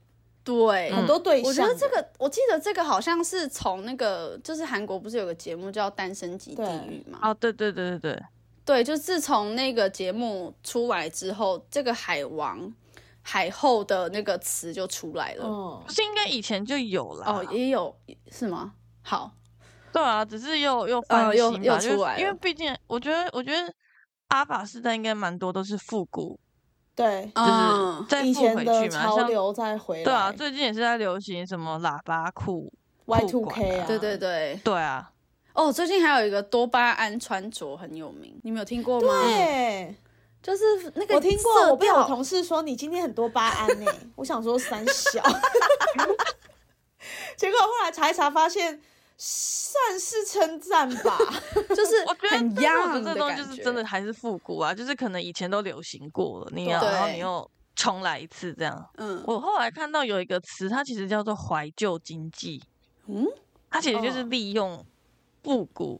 Speaker 3: 对。
Speaker 2: 很多对象，
Speaker 3: 嗯我觉得这个，我记得这个好像是从那个，就是韩国不是有个节目叫《单身级地狱》嘛？
Speaker 1: 哦，对对对对对，
Speaker 3: 对，就自从那个节目出来之后，这个海王、海后的那个词就出来了。
Speaker 2: 嗯
Speaker 1: 不，是应该以前就有了，
Speaker 3: 哦，也有是吗？好，
Speaker 1: 对啊，只是又又翻
Speaker 3: 呃
Speaker 1: 新
Speaker 3: 又
Speaker 1: 吧
Speaker 3: 又
Speaker 1: 就是
Speaker 3: 出来
Speaker 1: 因为
Speaker 3: 了
Speaker 1: 毕竟我觉得我觉得阿法时代应该蛮多都是复古，
Speaker 2: 对，
Speaker 1: 就是
Speaker 3: 嗯，
Speaker 1: 再
Speaker 2: 以
Speaker 1: 复
Speaker 2: 前
Speaker 1: 回
Speaker 2: 的
Speaker 1: 去嘛，
Speaker 2: 潮
Speaker 1: 像
Speaker 2: 流再回来，
Speaker 1: 对啊，最近也是在流行什么喇叭裤，
Speaker 2: Y
Speaker 1: 裤
Speaker 2: two
Speaker 1: 管
Speaker 2: K
Speaker 1: 啊
Speaker 2: 啊，
Speaker 3: 对对对。
Speaker 1: 对啊，
Speaker 3: 哦，最近还有一个多巴胺穿着很有名，你们有听过吗？，
Speaker 2: 对。
Speaker 3: 就是那个
Speaker 2: 我听过，
Speaker 3: 色
Speaker 2: 我被我
Speaker 3: 调
Speaker 2: 同事说你今天很多巴胺 呢、我想说三小，结果后来查一查发现算是称赞吧，
Speaker 3: 就是
Speaker 1: 我觉得，
Speaker 3: 很
Speaker 1: 但是我觉
Speaker 3: young
Speaker 1: 得这
Speaker 3: 的
Speaker 1: 东西
Speaker 3: 感
Speaker 1: 就是
Speaker 3: 觉，
Speaker 1: 真的还是复古啊，就是可能以前都流行过了，你要然后
Speaker 3: 对
Speaker 1: 你又重来一次这样。
Speaker 3: 嗯，
Speaker 1: 我后来看到有一个词，它其实叫做怀旧经济，
Speaker 3: 嗯，
Speaker 1: 它其实就是
Speaker 3: 哦
Speaker 1: 利用复古、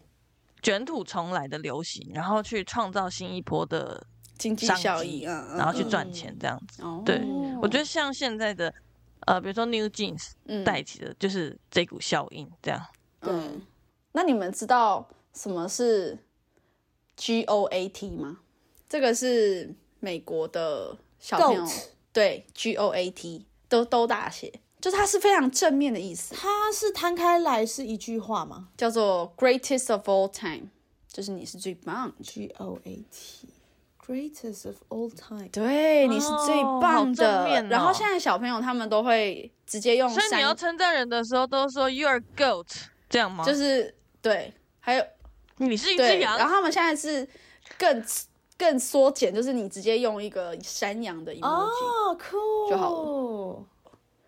Speaker 1: 卷土重来的流行，然后去创造新一波的
Speaker 3: 经济
Speaker 1: 商
Speaker 3: 效
Speaker 1: 机
Speaker 3: 益，嗯，嗯
Speaker 1: 然后去赚
Speaker 2: 嗯
Speaker 1: 钱这样子。
Speaker 3: 哦
Speaker 1: 对我觉得像现在的呃，比如说 New Jeans
Speaker 3: 嗯
Speaker 1: 带起的就是这股效应，这样。
Speaker 2: 对
Speaker 3: 嗯，那你们知道什么是 GOAT 吗？这个是美国的小朋友
Speaker 2: Goat
Speaker 3: 对 GOAT 都都大写，就是它是非常正面的意思，
Speaker 2: 它是摊开来是一句话吗
Speaker 3: 叫做 Greatest of All Time，就是你是最棒的，
Speaker 2: ？G O A T greatest of all time。
Speaker 3: 对，你是最棒的。
Speaker 1: 好正面哦
Speaker 3: 然后现在小朋友他们都会直接用
Speaker 1: 所以
Speaker 3: 三
Speaker 1: 你要称赞人的时候，都说 You are goat 这样吗？
Speaker 3: 就是对，还有
Speaker 1: 你是一只
Speaker 3: 对，
Speaker 1: 羊
Speaker 3: 然后他们现在是更更缩减，就是你直接用一个山羊的 emoji，、
Speaker 2: 哦，酷
Speaker 3: 就好
Speaker 2: 了。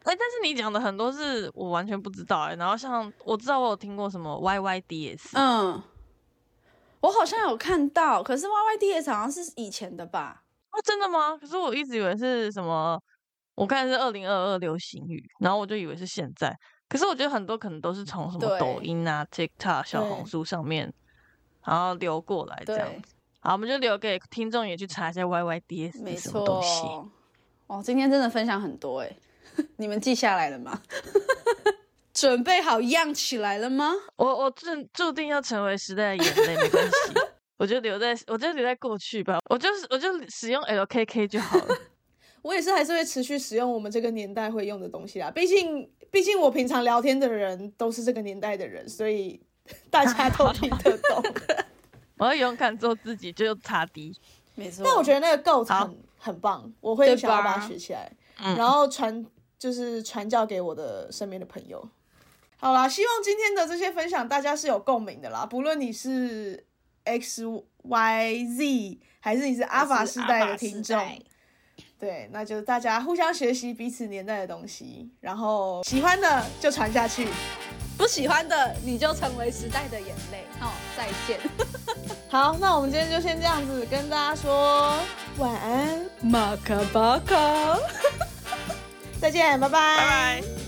Speaker 1: 哎、但是你讲的很多是我完全不知道哎、然后像我知道我有听过什么 YYDS，、
Speaker 3: 嗯，我好像有看到，可是 YYDS 好像是以前的吧？
Speaker 1: 哦，真的吗？可是我一直以为是什么，我看是二零二二流行语，然后我就以为是现在。可是我觉得很多可能都是从什么
Speaker 3: 对
Speaker 1: 抖音啊、TikTok、小
Speaker 2: 对
Speaker 1: 红书上面，然后流过来这样
Speaker 3: 对，
Speaker 1: 子。好，我们就留给听众也去查一下 YYDS
Speaker 3: 没
Speaker 1: 是什么东西。
Speaker 3: 错。哦，今天真的分享很多哎， 你们记下来了吗？ 准备好漾起来了吗？
Speaker 1: 我我注注定要成为时代的眼泪，没关系，我就留在我就留在过去吧，我就是我就使用 LKK 就好了。
Speaker 2: 我也是还是会持续使用我们这个年代会用的东西啦，毕竟毕竟我平常聊天的人都是这个年代的人，所以大家都听得懂。
Speaker 1: 我要勇敢做自己，就擦低。
Speaker 3: 没错。
Speaker 2: 但我觉得那个 goat
Speaker 1: 好
Speaker 2: 很很棒，我会
Speaker 3: 对
Speaker 2: 想要把
Speaker 3: 吧
Speaker 2: 它学起来，
Speaker 1: 嗯
Speaker 2: 然后传就是传教给我的身边的朋友。好啦，希望今天的这些分享大家是有共鸣的啦，不论你是 X Y Z 还是你是阿法
Speaker 3: 是
Speaker 2: 世
Speaker 3: 阿
Speaker 2: 代
Speaker 3: 法
Speaker 2: 的
Speaker 3: 世
Speaker 2: 听众
Speaker 3: 代，
Speaker 2: 对，那就是大家互相学习彼此年代的东西，然后喜欢的就传下去。
Speaker 3: 不喜欢的你就成为时代的眼泪哦，再见，
Speaker 2: 好，那我们今天就先这样子跟大家说晚安，
Speaker 3: 马卡巴卡。
Speaker 2: 再见，拜拜
Speaker 1: 拜拜。